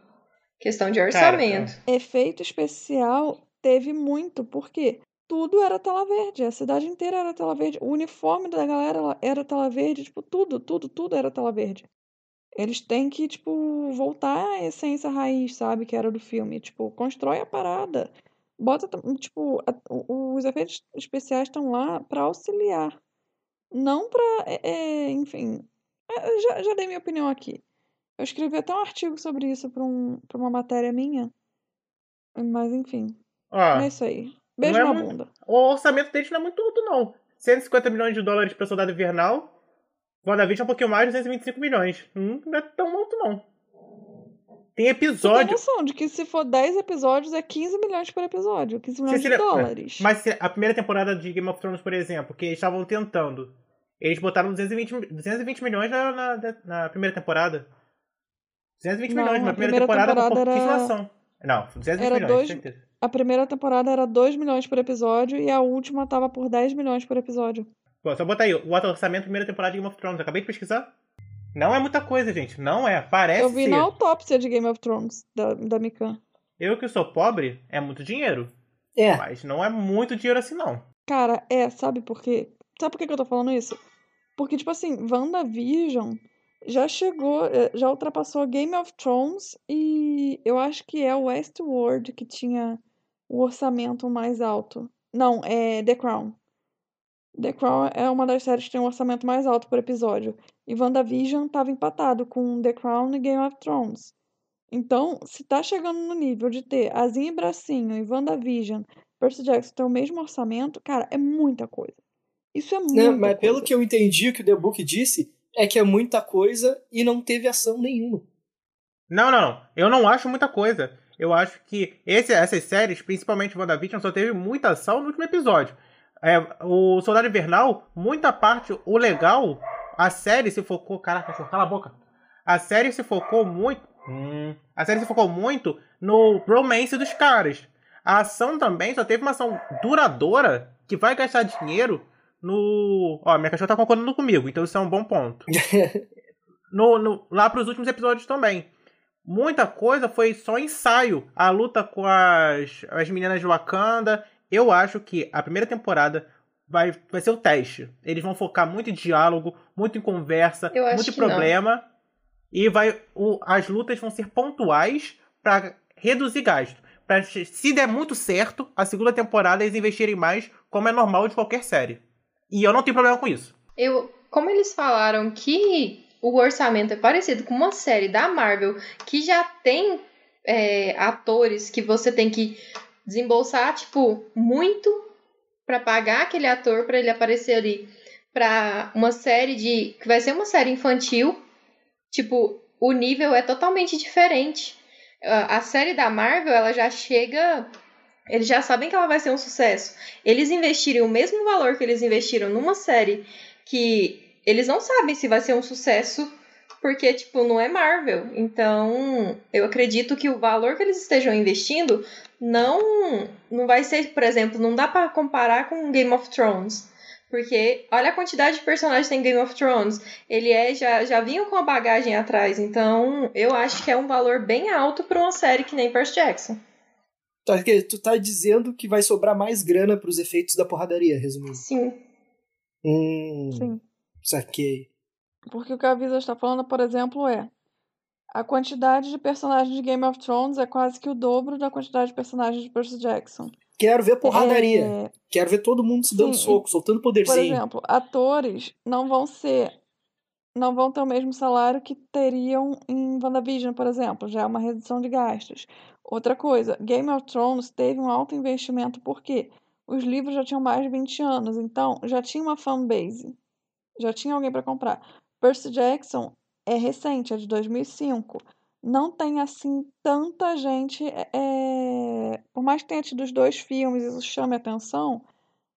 Questão de Cara, orçamento. Efeito especial teve muito, porque tudo era tela verde, a cidade inteira era tela verde, o uniforme da galera lá era tela verde, tipo, tudo, tudo, tudo era tela verde. Eles têm que, tipo, voltar à essência raiz, sabe, que era do filme. Tipo, constrói a parada. Bota, tam- tipo, a- o- os efeitos especiais estão lá pra auxiliar. Não pra, é, é, enfim... é, eu Já, já dei minha opinião aqui. Eu escrevi até um artigo sobre isso pra, um, pra uma matéria minha. Mas, enfim... ó, É isso aí. Beijo é na muito- bunda. o orçamento deles não é muito alto, não. 150 milhões de dólares pra Soldado Invernal. WandaVision é um pouquinho mais, 225 milhões. Hum, não é tão alto, não. Tem Você tem episódio. noção de que se for 10 episódios é 15 milhões por episódio, 15 milhões de Cecília, é, dólares. Mas se a primeira temporada de Game of Thrones, por exemplo, que eles estavam tentando, eles botaram 220, mi- 220 milhões na, na- na primeira temporada. 220 Não, milhões na a primeira, primeira temporada, com temporada pouquíssima era- ação. Não, 220 era milhões, dois- certeza. A primeira temporada era 2 milhões por episódio e a última tava por 10 milhões por episódio. Pô, só bota aí, o alto orçamento da primeira temporada de Game of Thrones. Acabei de pesquisar. Não é muita coisa, gente. Não é. Parece Eu vi ser. na autópsia de Game of Thrones, da, da Mikan. Eu que sou pobre, é muito dinheiro. É, Mas não é muito dinheiro assim, não. Cara, é, sabe por quê? Sabe por que que eu tô falando isso? Porque, tipo assim, WandaVision já chegou, eh, já ultrapassou Game of Thrones e eu acho que é Westworld que tinha o orçamento mais alto. Não, é The Crown. The Crown é uma das séries que tem um orçamento mais alto por episódio. E WandaVision tava empatado com The Crown e Game of Thrones. Então, se tá chegando no nível de ter Asinha e Bracinho e WandaVision, Percy Jackson ter o mesmo orçamento, cara, é muita coisa. Isso é muita né, coisa. mas pelo que eu entendi, o que o The Book disse é que é muita coisa e não teve ação nenhuma. Não, não, não. Eu não acho muita coisa. Eu acho que esse- essas séries, principalmente WandaVision, só teve muita ação no último episódio. É, o Soldado Invernal, muita parte, o legal, a série se focou. Caraca, cachorro, cala a boca. A série se focou muito. Hum, a série se focou muito no romance dos caras. A ação também só teve uma ação duradoura que vai gastar dinheiro no. Ó, minha cachorra tá concordando comigo, então isso é um bom ponto. No, no, lá pros últimos episódios também muita coisa foi só ensaio. A luta com as, as meninas de Wakanda, eu acho que a primeira temporada vai, vai ser o teste. Eles vão focar muito em diálogo, muito em conversa, Eu acho muito em que não. problema. E vai, o- as lutas vão ser pontuais para reduzir gasto. Pra, se der muito certo, a segunda temporada eles investirem mais, como é normal de qualquer série. E eu não tenho problema com isso. Eu, como eles falaram que o orçamento é parecido com uma série da Marvel que já tem é, atores que você tem que desembolsar, tipo, muito pra pagar aquele ator pra ele aparecer ali pra uma série de que vai ser uma série infantil, tipo, o nível é totalmente diferente. A a série da Marvel, ela já chega eles já sabem que ela vai ser um sucesso. Eles investirem o mesmo valor que eles investiram numa série que eles não sabem se vai ser um sucesso, porque, tipo, não é Marvel. Então, eu acredito que o valor que eles estejam investindo não, não vai ser, por exemplo, não dá pra comparar com Game of Thrones. Porque olha a quantidade de personagens que tem Game of Thrones. Ele é já, já vinham com a bagagem atrás. Então, eu acho que é um valor bem alto pra uma série que nem Percy Jackson. Tá, quer dizer, tu tá dizendo que vai sobrar mais grana pros efeitos da porradaria, resumindo. Sim. Hum, Sim. saquei. Porque o que a Visa está falando, por exemplo, é. A quantidade de personagens de Game of Thrones é quase que o dobro da quantidade de personagens de Percy Jackson. Quero ver porradaria. É, Quero ver todo mundo se dando Sim, e- soco, soltando por poderzinho. exemplo, atores não vão ser. Não vão ter o mesmo salário que teriam em WandaVision, por exemplo. Já é uma redução de gastos. Outra coisa, Game of Thrones teve um alto investimento porque os livros já tinham mais de 20 anos, então já tinha uma fanbase. Já tinha alguém para comprar. Percy Jackson é recente, é de 2005. Não tem assim tanta gente. é- é, Por mais que tenha tido os dois filmes, isso chame atenção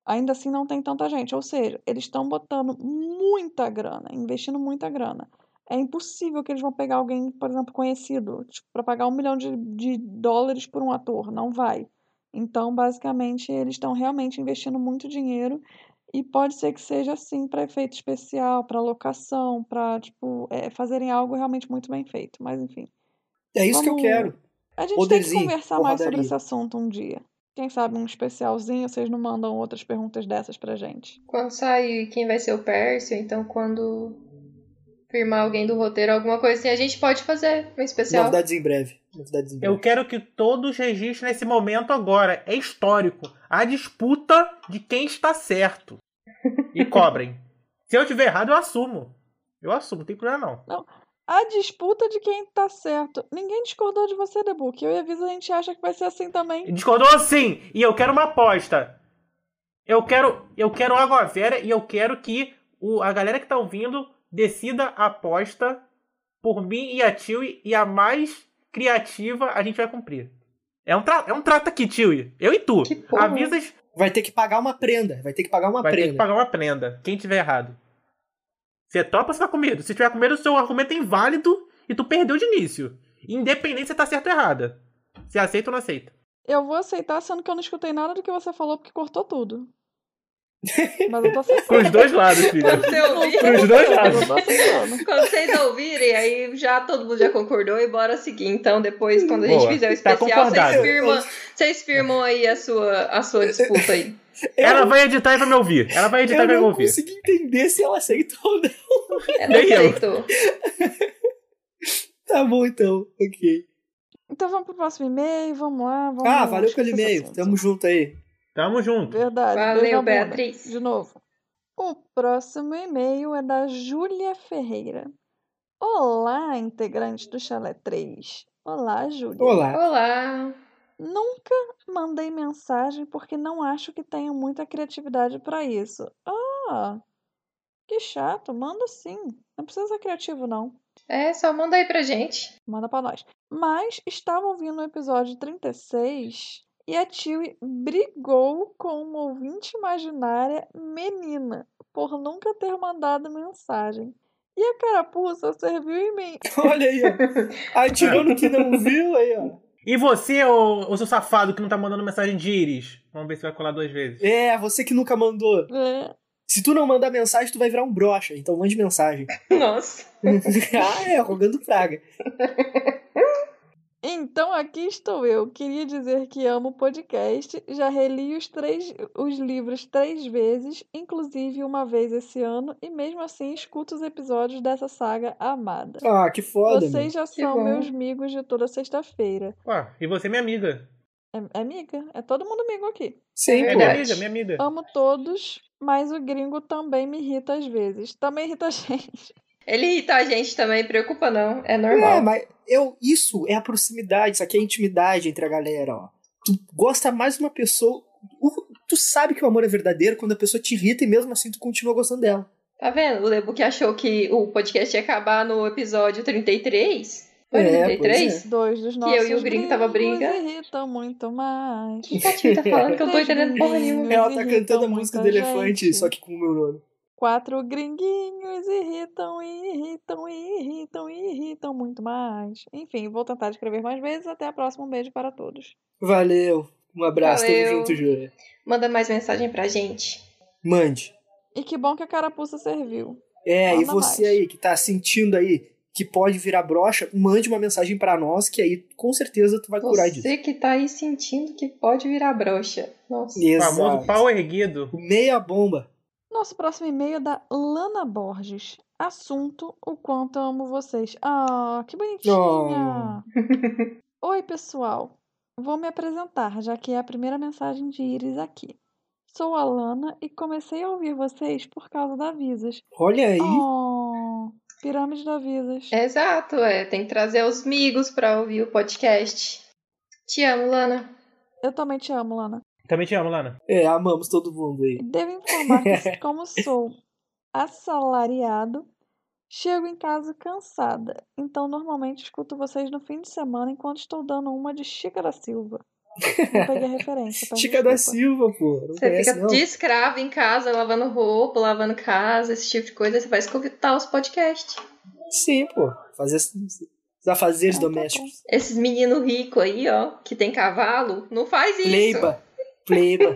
ainda assim não tem tanta gente. Ou seja, eles estão botando muita grana, investindo muita grana. É impossível que eles vão pegar alguém, por exemplo, conhecido, tipo, para pagar um milhão de, de dólares por um ator. Não vai. Então, basicamente, eles estão realmente investindo muito dinheiro e pode ser que seja assim para efeito especial, para locação, para tipo é, fazerem algo realmente muito bem feito. Mas enfim, É isso que eu Vamos- quero. a gente tem Poderzinho, que conversar mais sobre porradaria. esse assunto um dia. Quem sabe um especialzinho, vocês não mandam outras perguntas dessas pra gente. Quando sair quem vai ser o Percy, ou então quando firmar alguém do roteiro, alguma coisa assim, a gente pode fazer um especial. Novidades em breve. Novidades em breve. Eu quero que todos registrem esse momento agora. É histórico. A disputa de quem está certo. E cobrem. Se eu tiver errado, eu assumo. Eu assumo, não tem problema não. A disputa de quem tá certo. Ninguém discordou de você, Debook. Eu e a Visa, a gente acha que vai ser assim também. Discordou sim! E eu quero uma aposta. Eu quero, eu quero água vera e eu quero que o, a galera que tá ouvindo decida a aposta por mim e a Tiwi e a mais criativa a gente vai cumprir. É um, tra é um trato aqui, Tiwi. Eu e tu. Que porra. Avisa as- Vai ter que pagar uma prenda. Vai ter que pagar uma Vai ter prenda. que pagar uma prenda. Quem tiver errado. Você topa ou você tá com medo? Se tiver com medo, o seu argumento é inválido e tu perdeu de início. Independente se você tá certo ou errada. Você aceita ou não aceita? Eu vou aceitar, sendo que eu não escutei nada do que você falou, porque cortou tudo. Mas eu tô aceitando. Pros dois lados, filho. Quando, você ouvir- Pros dois lados. Eu tô aceitando. quando vocês ouvirem, aí já todo mundo já concordou e bora seguir. Então, depois, quando a gente Boa. fizer o Tá especial, vocês, concordado. firmam, vocês firmam aí a sua, a sua disputa aí. Ela vai editar e vai me ouvir. Ela vai editar e Eu vai me não ouvir. consegui entender se ela aceitou ou não. Ela Nem eu. aceitou. Tá bom, então. Ok. Então vamos pro próximo e-mail, vamos lá, vamos assim. Ah, valeu pelo esquecer esse e-mail. assunto. Tamo junto aí. Tamo junto. Verdade. Valeu, beijo na bunda. Beatriz. De novo. O próximo e-mail é da Júlia Ferreira. Olá, integrante do Chalé 3. Olá, Júlia. Olá. Olá. Nunca mandei mensagem porque não acho que tenho muita criatividade para isso. Ah, que chato. Manda sim. Não precisa ser criativo, não. É, só manda aí pra gente. Manda pra nós. Mas estava ouvindo o episódio 36 e a Tilly brigou com uma ouvinte imaginária menina por nunca ter mandado mensagem. E a carapuça serviu em mim. Olha aí, ó. Atirando que não viu aí, ó. E você, ô, ô seu safado que não tá mandando mensagem de Iris? Vamos ver se vai colar duas vezes. É, você que nunca mandou. É, Se tu não mandar mensagem, tu vai virar um brocha. Então mande mensagem. Nossa. ah, é, rogando praga. Então aqui estou eu. Queria dizer que amo o podcast. Já reli os, três, os livros três vezes, inclusive uma vez esse ano, e mesmo assim escuto os episódios dessa saga amada. Ah, que foda, Vocês já Que são bom. meus amigos de toda sexta-feira. Ué, e você é minha amiga. É, é amiga? É todo mundo amigo aqui. Sim, É pô. minha Verdade. amiga, minha amiga. Amo todos, mas o gringo também me irrita às vezes. Também irrita a gente. Ele irrita a gente também, preocupa não, é É, normal. mas eu, isso é a proximidade, isso aqui é a intimidade entre a galera, ó. Tu gosta mais de uma pessoa. o- tu sabe que o amor é verdadeiro quando a pessoa te irrita e mesmo assim tu continua gostando dela. Tá vendo? O Lebo que achou que o podcast ia acabar no episódio 33. Foi É, 33? Dois dos eu nossos e o gringo tava gringos briga. irritam muito mais. O que a Tati tá falando que eu não tô Três entendendo porra nenhuma? gringos Ela tá irritam cantando a música do muita elefante, gente. só que com o meu nome. Quatro gringuinhos irritam, e irritam, e irritam, e irritam muito mais. Enfim, vou tentar escrever mais vezes. Até a próxima. Um beijo para todos. Valeu, um abraço, Valeu. tamo junto, Júlia. Manda mais mensagem pra gente. Mande. E que bom que a carapuça serviu. É, e Manda você mais. aí que tá sentindo aí que pode virar brocha, mande uma mensagem pra nós que aí com certeza tu vai curar disso. Você que tá aí sentindo que pode virar broxa. Nossa. O Exato. famoso pau erguido. Meia bomba. Nosso próximo e-mail é da Lana Borges. Assunto: O quanto eu amo vocês. Ah, que bonitinha! Oi, pessoal. Vou me apresentar, já que é a primeira mensagem de Iris aqui. Sou a Lana e comecei a ouvir vocês por causa da Visas. Olha aí. Oh, pirâmide da Visas. Exato, é. Tem que trazer os amigos pra ouvir o podcast. Te amo, Lana. Eu também te amo, Lana. Também te amo, Lana. É, amamos todo mundo aí. E Devo informar que, como sou assalariado, chego em casa cansada. Então, normalmente escuto vocês no fim de semana enquanto estou dando uma de Chica da Silva. Não peguei a referência, tá peço Chica da desculpa. Silva, pô. Não Você conhece, fica não. de escravo em casa, lavando roupa, lavando casa, esse tipo de coisa. Você vai escutar os podcasts. Sim, pô. Fazer os afazeres Ah, tá domésticos. Esses meninos ricos aí, ó, que tem cavalo, não faz isso. Pleiba. Pleiba.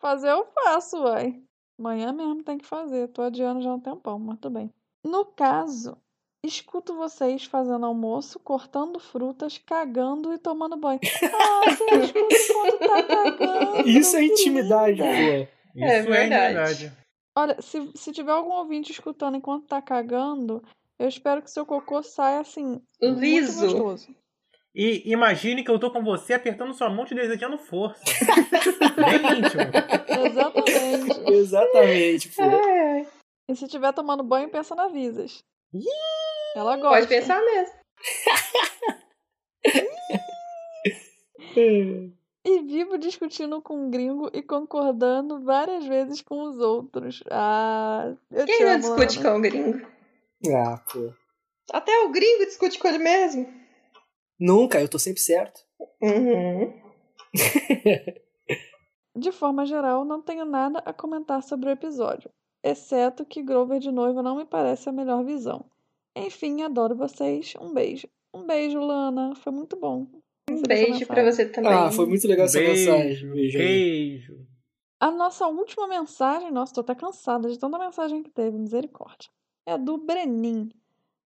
Fazer eu faço, uai. Amanhã mesmo tem que fazer. Tô adiando já há um tempão, mas tudo bem. No caso, escuto vocês fazendo almoço, cortando frutas, cagando e tomando banho. Ah, você escuta enquanto tá cagando. Isso é que intimidade, linda. pô. Isso É verdade. intimidade. Olha, se, se tiver algum ouvinte escutando enquanto tá cagando, eu espero que seu cocô saia assim, muito Liso. gostoso. E imagine que eu tô com você apertando sua mão te desejando força. Bem íntimo. Exatamente. Exatamente, pô. É, E se tiver tomando banho, pensa na Visas. Ih! Ela gosta. pode pensar mesmo. E vivo discutindo com um gringo e concordando várias vezes com os outros. Ah, eu te Quem não amo, discute Lana. com o gringo? Ah, pô. Até o gringo discute com ele mesmo. Nunca, eu tô sempre certo. Uhum. De forma geral, não tenho nada a comentar sobre o episódio, exceto que Grover de noivo não me parece a melhor visão. Enfim, adoro vocês. Um beijo. Um beijo, Lana. Foi muito bom. Um receber essa é beijo pra mensagem. você também. Ah, foi muito legal essa mensagem. Beijo. Beijo aí. Beijo. A nossa última mensagem, nossa, tô até cansada de tanta mensagem que teve, misericórdia. É do Brenin.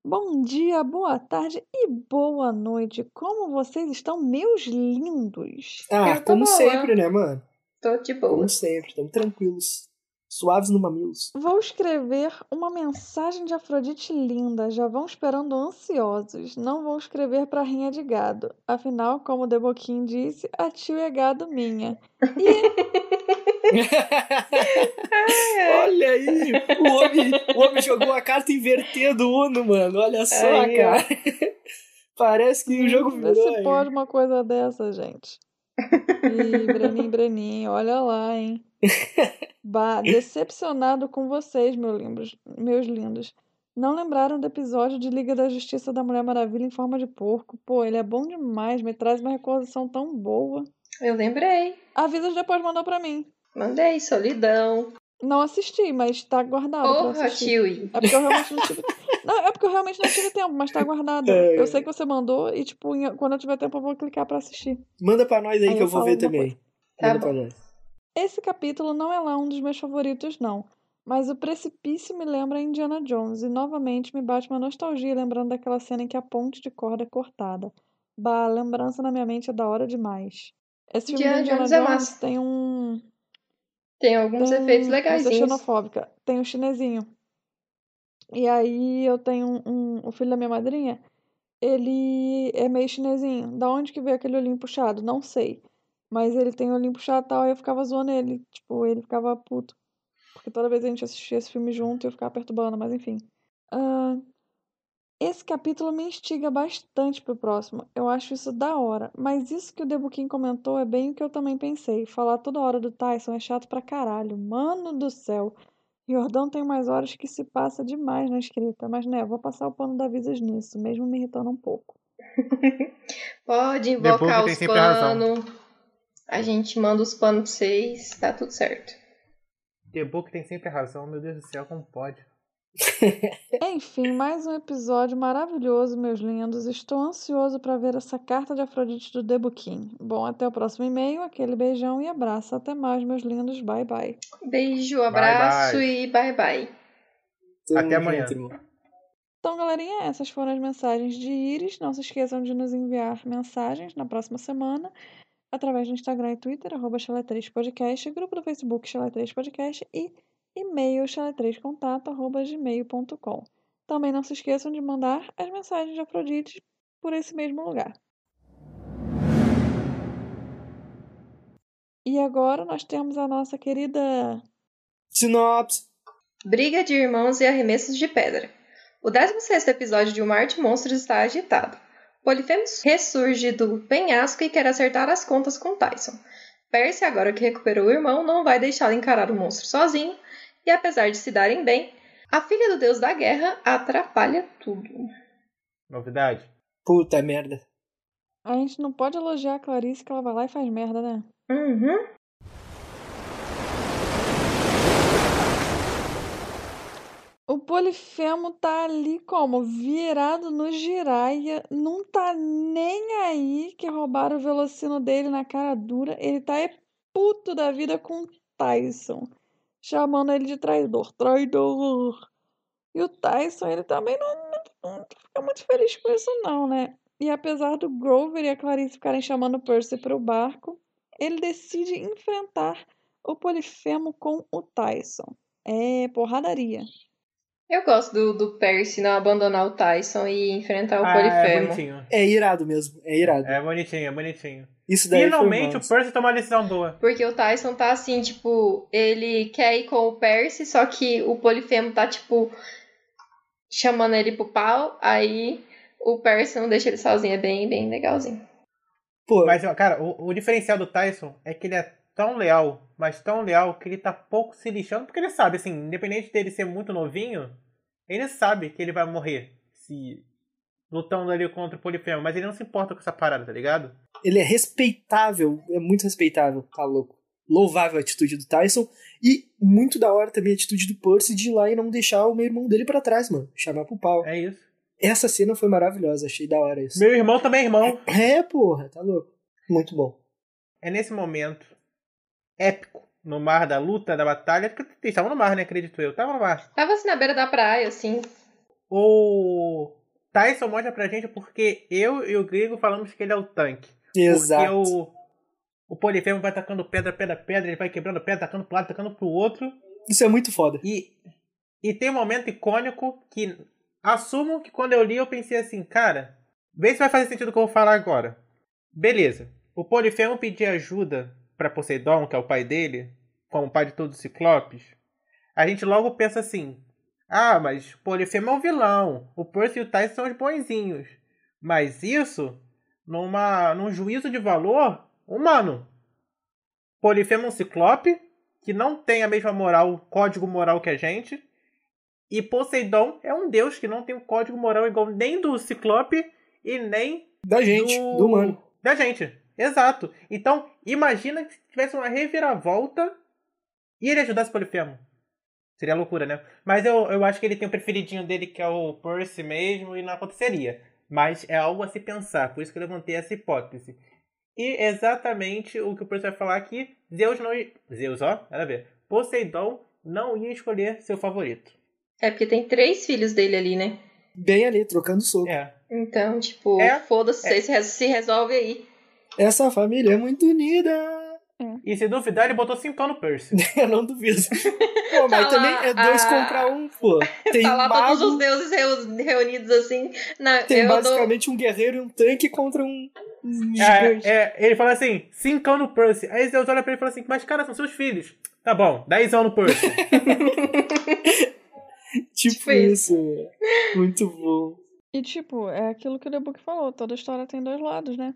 Bom dia, boa tarde e boa noite. Como vocês estão, meus lindos? Ah, Eu tô como boa. sempre, né, mano? Tô de boa. Como sempre, estamos tranquilos. Suaves no mamilos. Vou escrever uma mensagem de Afrodite linda, já vão esperando ansiosos. Não vou escrever pra rinha de gado. Afinal, como o Deboquim disse, a tio é gado minha. E É. Olha aí! O homem, o homem jogou a carta invertendo o Uno, mano. Olha só, Aí, ó. cara. Parece que o jogo vê virou. se hein? pode uma coisa dessa, gente. Ih, Brenin, Brenin, olha lá, hein? Bah, decepcionado com vocês, meu limbos- meus lindos. Não lembraram do episódio de Liga da Justiça da Mulher Maravilha em forma de porco? Pô, ele é bom demais, me traz uma recordação tão boa. Eu lembrei. A Visas depois mandou pra mim. Mandei, solidão. Não assisti, mas tá guardado pra eu Porra, assistir. Tiwi. É porque eu realmente não tive. Não, é porque eu realmente não tive tempo, mas tá guardado. É. Eu sei que você mandou e, tipo, em- quando eu tiver tempo, eu vou clicar pra assistir. Manda pra nós aí, Aí que eu eu vou falo ver alguma também. coisa. Tá Manda bom. pra nós. Esse capítulo não é lá um dos meus favoritos, não. Mas o precipício me lembra Indiana Jones e novamente me bate uma nostalgia lembrando daquela cena em que a ponte de corda é cortada. Bah, a lembrança na minha mente é da hora demais. Esse filme Indiana do Indiana Jones é Jones massa. tem um. Tem alguns tem efeitos Eu sou legaisinhos. xenofóbica. Tem um chinesinho. E aí eu tenho um, um- o filho da minha madrinha. Ele é meio chinesinho. Da onde que veio aquele olhinho puxado? Não sei. Mas ele tem olhinho puxado e tal, aí eu ficava zoando ele. Tipo, ele ficava puto. Porque toda vez a gente assistia esse filme junto, eu ficava perturbando, mas enfim. Ahn, esse capítulo me instiga bastante pro próximo. Eu acho isso da hora. Mas isso que o Debuquim comentou é bem o que eu também pensei. Falar toda hora do Tyson é chato pra caralho. Mano do céu. Jordão tem umas horas que se passa demais na escrita. Mas né, eu vou passar o pano da Visas nisso, mesmo me irritando um pouco. Pode Depois invocar que tem os sempre razão. panos. A gente manda os panos pra vocês, tá tudo certo. The Book tem sempre razão, meu Deus do céu, como pode? Enfim, mais um episódio maravilhoso, meus lindos. Estou ansioso para ver essa carta de Afrodite do Debuquim. Bom, até o próximo e-mail, aquele beijão e abraço. Até mais, meus lindos. Bye, bye. Beijo, Bye, abraço bye. e bye bye. Tamo Até amanhã. junto, irmão. Então, galerinha, essas foram as mensagens de Iris. Não se esqueçam de nos enviar mensagens na próxima semana através do Instagram e Twitter, arroba Xalatriz Podcast, grupo do Facebook Xalatriz Podcast e e-mail xalatrezcontato, arroba gmail.com. Também não se esqueçam de mandar as mensagens de Afrodite por esse mesmo lugar. E agora nós temos a nossa querida Sinopse. Briga de irmãos e arremessos de pedra. O 16º episódio de O Mar de Monstros está agitado. Polifemos ressurge do penhasco e quer acertar as contas com Tyson. Percy, agora que recuperou o irmão, não vai deixá-lo encarar o monstro sozinho, e apesar de se darem bem, a filha do deus da guerra atrapalha tudo. Novidade? Puta merda. A gente não pode elogiar a Clarice que ela vai lá e faz merda, né? Uhum. O Polifemo tá ali como? Virado no giraia, não tá nem aí que roubaram o velocino dele na cara dura. Ele tá é puto da vida com o Tyson, chamando ele de traidor. Traidor! E o Tyson, ele também não, não, não fica muito feliz com isso, não, né? E apesar do Grover e a Clarice ficarem chamando o Percy para o barco, ele decide enfrentar o Polifemo com o Tyson. É porradaria. Eu gosto do, do Percy não abandonar o Tyson e enfrentar o ah, é um Polifemo. bonitinho. É irado mesmo, é irado. É bonitinho, é bonitinho. Isso daí foi Finalmente o massa. Percy tomou uma decisão boa. Porque o Tyson tá assim, tipo, ele quer ir com o Percy, só que o Polifemo tá, tipo, chamando ele pro pau, aí o Percy não deixa ele sozinho, é bem, bem legalzinho. Pô, Mas, ó, cara, o, o diferencial do Tyson é que ele é tão leal, mas tão leal que ele tá pouco se lixando, porque ele sabe, assim, independente dele ser muito novinho, ele sabe que ele vai morrer se lutando ali contra o Polifemo, mas ele não se importa com essa parada, tá ligado? ele é respeitável, é muito respeitável, tá louco. Louvável a atitude do Tyson e muito da hora também a atitude do Percy de ir lá e não deixar o meu irmão dele pra trás, mano. Chamar pro pau. É isso. Essa cena foi maravilhosa, achei da hora isso. Meu irmão também é irmão. É, porra, tá louco. Muito bom. É nesse momento épico no mar da luta, da batalha, porque eles estavam no mar, né? Acredito eu, estavam no mar. Tava assim na beira da praia, assim. O Tyson mostra pra gente porque eu e o Grego falamos que ele é o tanque. Exato. Porque o, o Polifemo vai tacando pedra, pedra, pedra, ele vai quebrando pedra, tacando pro lado, tacando pro outro. Isso é muito foda. E, e tem um momento icônico que assumo que quando eu li eu pensei assim, cara, vê se vai fazer sentido o que eu vou falar agora. Beleza. O Polifemo pedir ajuda pra Poseidon, que é o pai dele, como pai de todos os ciclopes. A gente logo pensa assim: ah, mas o Polifemo é um vilão. O Percy e o Tyson são os bonzinhos. Mas isso, numa, num juízo de valor humano. Polifemo é um ciclope que não tem a mesma moral, código moral que a gente. E Poseidon é um deus que não tem um código moral igual nem do Ciclope e nem Da gente, do... do mano. Da gente. Exato. Então, imagina que tivesse uma reviravolta e ele ajudasse o Polifemo. Seria loucura, né? Mas eu, eu acho que ele tem o preferidinho dele, que é o Percy mesmo, e não aconteceria. Mas é algo a se pensar, por isso que eu levantei essa hipótese. E exatamente o que o Percy vai falar aqui, Zeus não... Zeus, ó, era ver. Poseidon não ia escolher seu favorito. É porque tem três filhos dele ali, né? Bem ali, trocando soco. É. Então, tipo, É. foda-se, É. vocês re- se resolve aí. Essa família é muito unida. E se duvidar, ele botou cinco no Percy. Eu não duvido. Pô, Tá mas lá, também é dois ah, contra um, pô. Tem tá lá mago, todos os deuses reu- reunidos assim. Na, tem eu dou... basicamente um guerreiro e um tanque contra um um gigante. É, é, ele fala assim, cinco no Percy. Aí Zeus olha pra ele e fala assim, mas cara, são seus filhos. Tá bom, dezão no Percy. tipo tipo isso. Muito bom. E tipo, é aquilo que o Debug falou, toda história tem dois lados, né?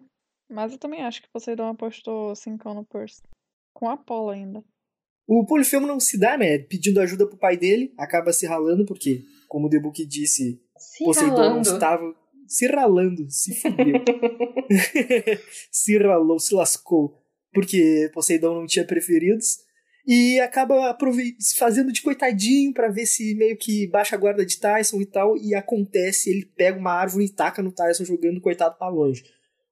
Mas eu também acho que Poseidon apostou 5 no Percy. Com Apolo ainda. O Polifemo não se dá, né? Pedindo ajuda pro pai dele, acaba se ralando, porque, como o Debuk disse, Se Poseidon não ralando. estava se ralando, se fudeu. se ralou, se lascou. Porque Poseidon não tinha preferidos. E acaba aprove- se fazendo de coitadinho pra ver se meio que baixa a guarda de Tyson e tal. E acontece, ele pega uma árvore e taca no Tyson, jogando o coitado pra longe.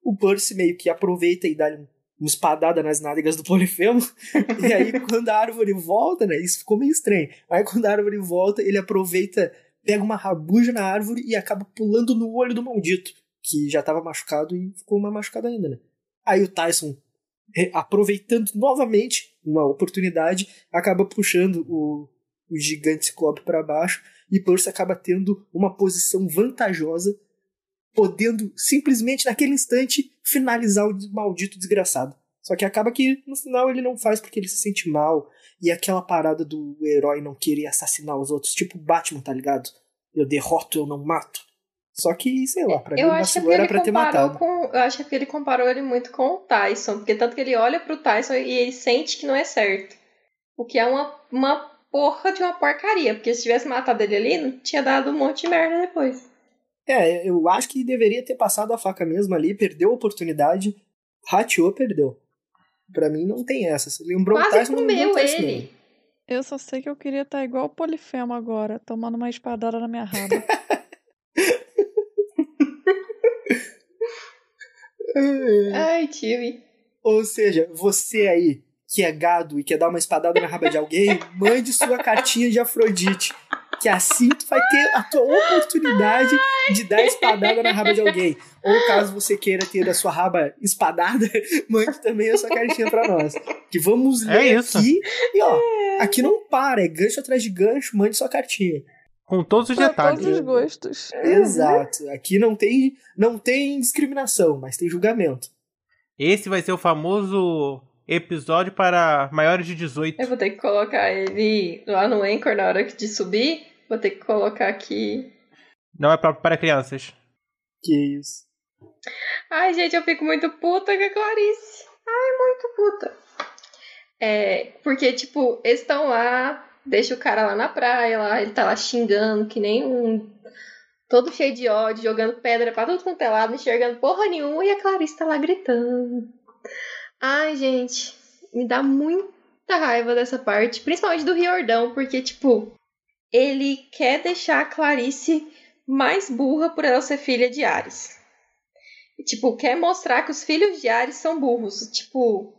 O Percy meio que aproveita e dá-lhe um- uma espadada nas nádegas do Polifemo. e aí, quando a árvore volta, né? Isso ficou meio estranho. Aí, quando a árvore volta, ele aproveita pega uma rabuja na árvore e acaba pulando no olho do maldito, que já estava machucado e ficou mais machucado ainda, né? Aí o Tyson, re- aproveitando novamente uma oportunidade, acaba puxando o, o gigante ciclope para baixo e Percy acaba tendo uma posição vantajosa, podendo simplesmente naquele instante finalizar o maldito desgraçado. Só que acaba que no final ele não faz porque ele se sente mal. E aquela parada do herói não querer assassinar os outros, tipo Batman, tá ligado? Eu derroto, eu não mato. Só que, sei lá, pra Eu mim acho que é vacilou porque era ele pra ter comparou matado. com. Eu acho que é porque ele comparou ele muito com o Tyson. Porque tanto que ele olha pro Tyson e ele sente que não é certo. O que é uma, uma porra de uma porcaria. Porque se tivesse matado ele ali, não tinha dado um monte de merda depois. É, eu acho que deveria ter passado a faca mesmo ali, perdeu a oportunidade, rateou, perdeu. Pra mim não tem essa. Se Lembrou o Quase Tyson, não um comeu lembrou o Tyson ele. dele. Eu só sei que eu queria estar igual o Polifemo agora, tomando uma espadada na minha raba. Ai, tive. Ou seja, você aí que é gado e quer dar uma espadada na raba de alguém, mande sua cartinha de Afrodite. Que assim tu vai ter a tua oportunidade de dar espadada na raba de alguém. Ou caso você queira ter a sua raba espadada, mande também a sua cartinha pra nós. Que vamos É ler isso. aqui. E ó, aqui não para, é gancho atrás de gancho, mande sua cartinha. Com todos os pra tá detalhes. todos os gostos. Uhum. Exato. Aqui não tem, não tem discriminação, mas tem julgamento. Esse vai ser o famoso episódio para maiores de 18. Eu vou ter que colocar ele lá no Anchor na hora de subir. Vou ter que colocar aqui. Não é próprio para crianças. Que isso. Ai, gente, eu fico muito puta com a Clarice. Ai, muito puta. É, porque, tipo, eles estão lá, deixa o cara lá na praia, lá, ele tá lá xingando, que nem um. Todo cheio de ódio, jogando pedra pra tudo quanto é lado, não enxergando porra nenhuma, e a Clarice tá lá gritando. Ai, gente, me dá muita raiva dessa parte, principalmente do Riordão, porque, tipo, ele quer deixar a Clarice mais burra por ela ser filha de Ares. Tipo, quer mostrar que os filhos de Ares são burros. Tipo,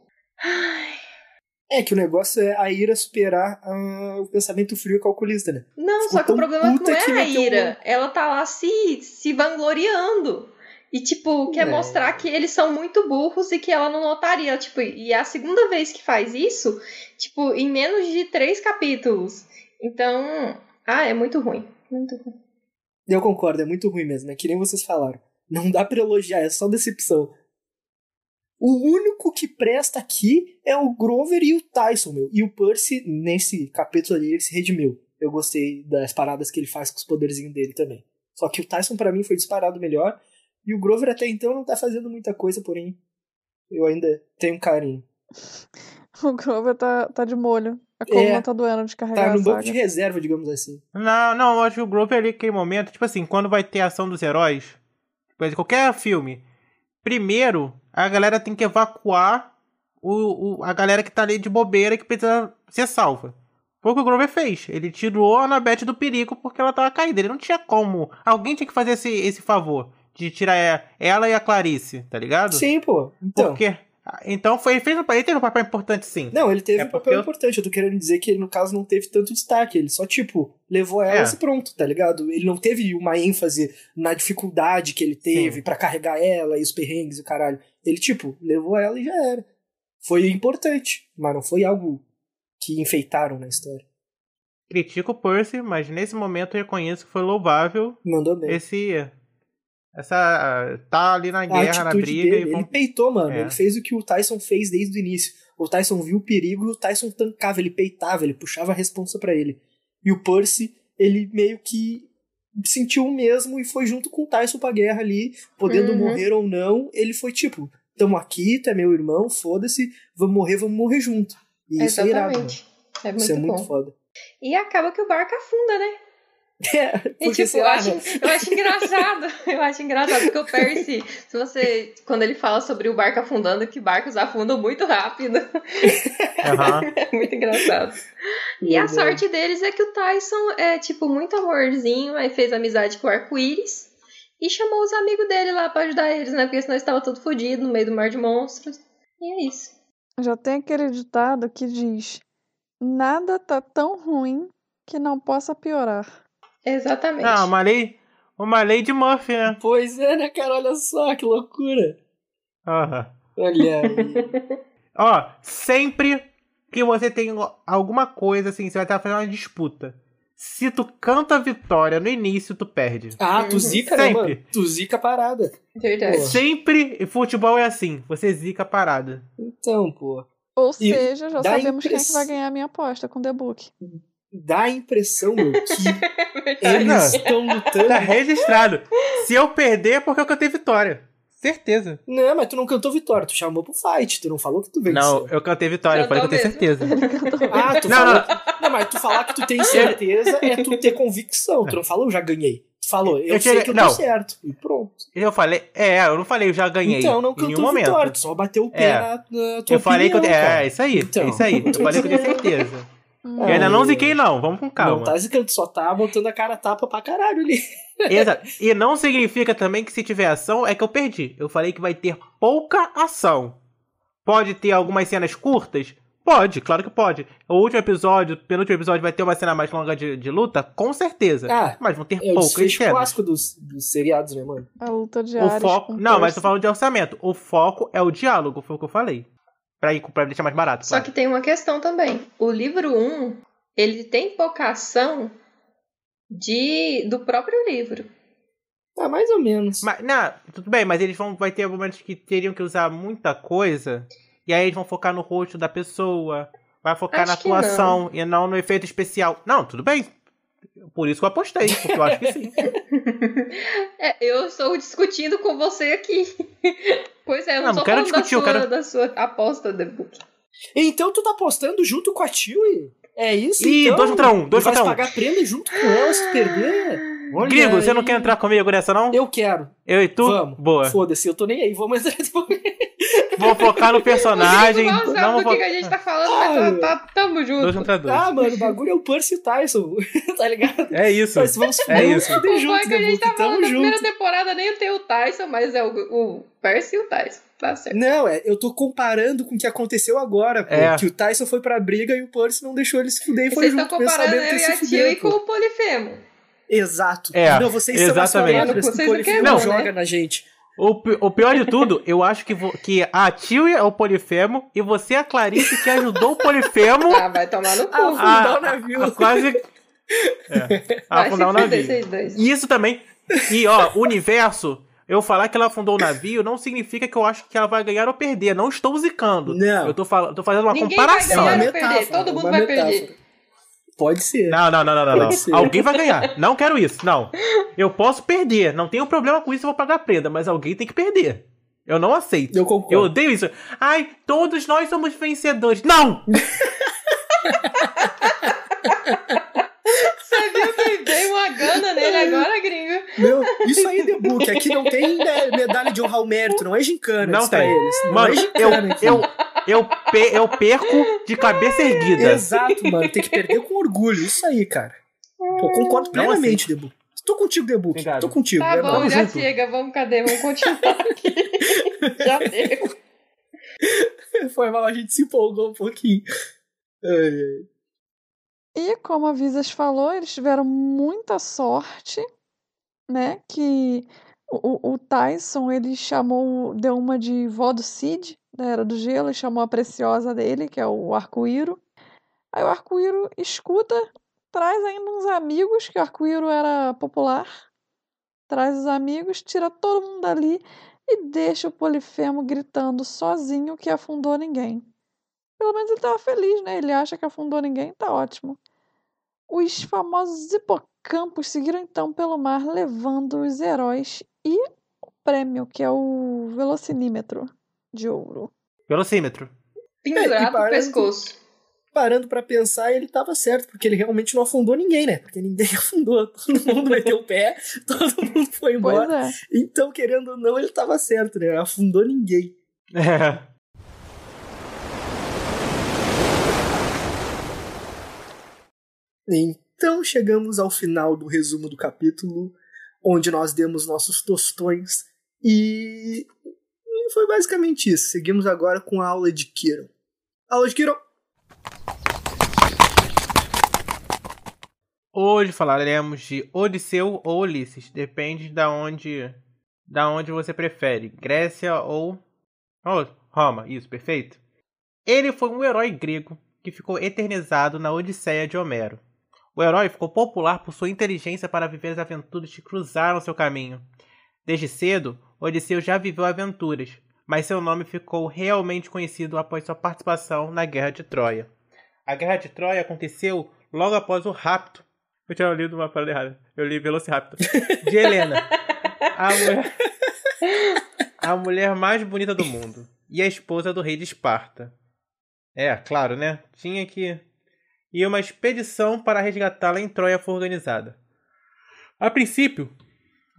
É que o negócio é a ira superar ah, o pensamento frio e calculista, né? não, Ficou só que o tão problema é que puta não é que a meteu ira. Ela tá lá se, se vangloriando. E, tipo, quer É. mostrar que eles são muito burros e que ela não notaria. Tipo, e é a segunda vez que faz isso, tipo, em menos de três capítulos. Então, ah, é muito ruim. Muito ruim. Eu concordo, é muito ruim mesmo, é que nem vocês falaram. Não dá pra elogiar, é só decepção. O único que presta aqui é o Grover e o Tyson, meu. E o Percy, nesse capítulo ali, ele se redimiu. Eu gostei das paradas que ele faz com os poderzinhos dele também. Só que o Tyson, pra mim, foi disparado melhor. E o Grover até então não tá fazendo muita coisa, porém. Eu ainda tenho carinho. O Grover tá, tá de molho. A coluna É. tá doendo de carregar Tá a no banco saga. de reserva, digamos assim. Não, não, eu acho que o Grover ali, aquele momento, tipo assim, quando vai ter ação dos heróis, tipo, de qualquer filme, primeiro a galera tem que evacuar o, o- a galera que tá ali de bobeira que precisa ser salva. Foi o que o Grover fez. Ele tirou a Anabeth do perigo porque ela tava caída. Ele não tinha como. Alguém tinha que fazer esse, esse favor de tirar e- ela e a Clarice, tá ligado? Sim, pô. Então. Porque Ah, Então foi, ele, fez, um- ele teve um papel importante sim. Não, ele teve É um porque papel eu- importante. Eu tô querendo dizer que ele, no caso, não teve tanto destaque. Ele só, tipo, levou elas É. e pronto, tá ligado? Ele não teve uma ênfase na dificuldade que ele teve Sim. pra carregar ela e os perrengues e o caralho. Ele, tipo, levou ela e já era. Foi importante, mas não foi algo que enfeitaram na história. Critico o Percy, mas nesse momento eu reconheço que foi louvável Mandou bem. esse. Essa. Tá ali na a guerra, na atitude briga dele. e Ele vamos. peitou, mano. É. Ele fez o que o Tyson fez desde o início. O Tyson viu o perigo e o Tyson tancava, ele peitava, ele puxava a responsa pra ele. E o Percy, ele meio que sentiu o mesmo e foi junto com o Tyson pra guerra ali, podendo Uhum. morrer ou não. Ele foi tipo: tamo aqui, tu é meu irmão, foda-se, vamos morrer, vamos morrer junto. E isso é irado, mano. Exatamente. É muito Isso é bom. muito foda. E acaba que o barco afunda, né? É, E, porque, tipo, sei eu lá, acho, né? eu acho engraçado. Eu acho engraçado porque o Percy, se você. Quando ele fala sobre o barco afundando, que barcos afundam muito rápido. né? Aham. É muito engraçado. E a Verdade. sorte deles é que o Tyson é, tipo, muito amorzinho, aí fez amizade com o arco-íris e chamou os amigos dele lá pra ajudar eles, né? Porque senão estava tudo fodido no meio do mar de monstros. E é isso. Já tem aquele ditado que diz: Nada tá tão ruim que não possa piorar. Exatamente. Ah, uma lei. Uma lei de Murphy, né? Pois é, né, cara? Olha só que loucura. Aham. Olha aí. Ó, sempre que você tem alguma coisa assim, você vai estar fazendo uma disputa. Se tu canta a vitória no início, tu perde. Ah, tu Uhum. zica, né, mano? Sempre. Tu zica a parada. Verdade. Pô. Sempre, e futebol é assim, você zica a parada. Então, pô, Ou seja, já dá a sabemos quem é que vai impress- ganhar a minha aposta com The Book. dá a impressão, meu, que Verdade. eles estão Tá lutando. registrado. Se eu perder é porque eu cantei vitória. Certeza. Não, mas tu não cantou vitória, tu chamou pro fight, tu não falou que tu venceu. Não, eu cantei vitória, eu falei que eu tenho Cantou certeza. Ah, tu Não, falou. não. Que... não, mas tu falar que tu tem certeza é tu ter convicção. Tu não falou, eu já ganhei. Tu falou, eu, Eu sei tirei- que eu não. tô certo. E pronto. Eu falei, é, eu não falei, eu já ganhei. Então não em nenhum cantou momento. vitória, tu só bateu o pé É. na, na tua Eu falei que eu opinião, tenho. cara. É, isso aí, Então. é isso aí. Eu falei que eu tenho certeza. Eu ainda não ziquei, não. Vamos com calma. Não tá zicando, tu só tá botando a cara tapa pra caralho ali. Exato. E não significa também que se tiver ação é que eu perdi. Eu falei que vai ter pouca ação. Pode ter algumas cenas curtas? Pode, claro que pode. O último episódio, o penúltimo episódio, vai ter uma cena mais longa de, de luta? Com certeza. Ah, mas vão ter É o poucas desfecho cenas. clássico dos, dos seriados, né, mano? A luta de O Ares foco. com Não, mas Percy. tô falando de orçamento. O foco é o diálogo, foi o que eu falei. Pra, ir, pra deixar mais barato. Só claro. que tem uma questão também. O livro 1, ele tem pouca ação de, do próprio livro. Ah, mais ou menos. Mas, não, tudo bem, mas eles vão. Vai ter momentos que teriam que usar muita coisa. E aí eles vão focar no rosto da pessoa. Vai focar Acho na que não. atuação e não no efeito especial. Não, tudo bem. Por isso que eu apostei, porque eu acho que sim. É, eu estou discutindo com você aqui. Pois é, eu não, Não, sou não quero falando da, discutir, eu sua, quero- da sua aposta, The Book. Então tu tá apostando junto com a Tiwi? É isso? Ih, então? dois contra um, dois Tu vai contra um. pagar prenda junto com ela se perder? Olha Gringo, você aí. não quer entrar comigo nessa, não? Eu quero. Eu e tu? Vamos. Boa. Foda-se, eu tô nem aí. Vamos entrar depois. Vou focar no personagem. O Rodrigo mal sabe Não do que, vou... que a gente tá falando, mas tá, tá- tamo junto. Dois contra dois. Ah, mano, o bagulho é o Percy Tyson. tá ligado? É isso. Mas vamos É fuder, vamos isso. fuder o junto, que a Debuto. gente tá falando Tamo na primeira junto. temporada nem tem o Tyson, mas é o, o Percy e o Tyson. Tá certo. Não, é, eu tô comparando com o que aconteceu agora, pô. É. Que o Tyson foi pra briga e o Percy não deixou ele se fuder e foi Vocês estão junto com ele comparando sabendo que eu ele e se a Tio fuder, e pô. com o Polifemo. Exato. É, não, vocês são as exatamente. palavras que Vocês o não Polifemo quebram, joga né? na gente. O, pi- o pior de tudo, eu acho que, vo- que a Tio é o Polifemo e você é a Clarice que ajudou o Polifemo Ah, vai tomar no cu. Ah, Ah, afundar Ah, o navio. a quase é, a vai afundar o se fuder, navio. vocês dois. E isso também. E ó, o universo, eu falar que ela afundou o navio não significa que eu acho que ela vai ganhar ou perder. Não estou zicando. Não. Eu tô, fal- tô fazendo é uma é Ninguém vai comparação. ganhar. vai perder, É todo mundo vai perder. Pode ser. Não, não, não, não, não, Pode não. ser. Alguém vai ganhar. Não quero isso, não. Eu posso perder. Não tenho problema com isso, eu vou pagar prenda, mas alguém tem que perder. Eu não aceito. Eu Eu concordo. odeio isso. Ai, todos nós somos vencedores. Não! Você viu que veio uma gana nele agora, gringo? Não, isso aí é The Book. Aqui não tem né, medalha de honra ao mérito, não é gincana Não isso pra tem. eles. Não Mano, é eu, gincana aqui. eu, eu, pe- eu perco de cabeça erguida. Exato, mano. Tem que perder com orgulho. Isso aí, cara. Pô, concordo Não assim. plenamente, The Book. Tô contigo, The Book. Obrigado. Tô contigo. Hum. Tá é bom, nóis. já junto. chega. Vamos, cadê? Vamos continuar aqui. já deu. Foi mal, a gente se empolgou um pouquinho. Ai, ai. E como a Visas falou, eles tiveram muita sorte, né? Que o, o- o Tyson, ele chamou, deu uma de vó do Cid, da Era do Gelo, e chamou a preciosa dele, que é o Arco-Íro. Aí o Arco-Íro escuta, traz ainda uns amigos, que o Arco-Íro era popular, traz os amigos, tira todo mundo dali e deixa o Polifemo gritando sozinho que afundou ninguém. Pelo menos ele tava feliz, né? Ele acha que afundou ninguém, tá ótimo. Os famosos hipocampos seguiram então pelo mar, levando os heróis e o prêmio, que é o velocinímetro de ouro. Velocímetro. É, e Pendurado pro parece- pescoço. Parando pra pensar, ele tava certo, porque ele realmente não afundou ninguém, né? Porque ninguém afundou. Todo mundo meteu o pé, todo mundo foi embora. Pois é. Então, querendo ou não, ele tava certo, né? Afundou ninguém. É. Então, chegamos ao final do resumo do capítulo, onde nós demos nossos tostões e. e foi basicamente isso. Seguimos agora com a aula de Kiron. Aula de Kiron! Hoje falaremos de Odisseu ou Ulisses, depende da onde, da onde você prefere, Grécia ou ou Roma, isso, perfeito? Ele foi um herói grego que ficou eternizado na Odisseia de Homero. O herói ficou popular por sua inteligência para viver as aventuras que cruzaram seu caminho. Desde cedo, Odisseu já viveu aventuras, mas seu nome ficou realmente conhecido após sua participação na Guerra de Troia. A Guerra de Troia aconteceu logo após o rapto eu tinha lido uma parada errada. Eu li Velociraptor. De Helena. A mulher, a mulher mais bonita do mundo. E a esposa do rei de Esparta. É, claro, né? Tinha que. E uma expedição para resgatá-la em Troia foi organizada. A princípio,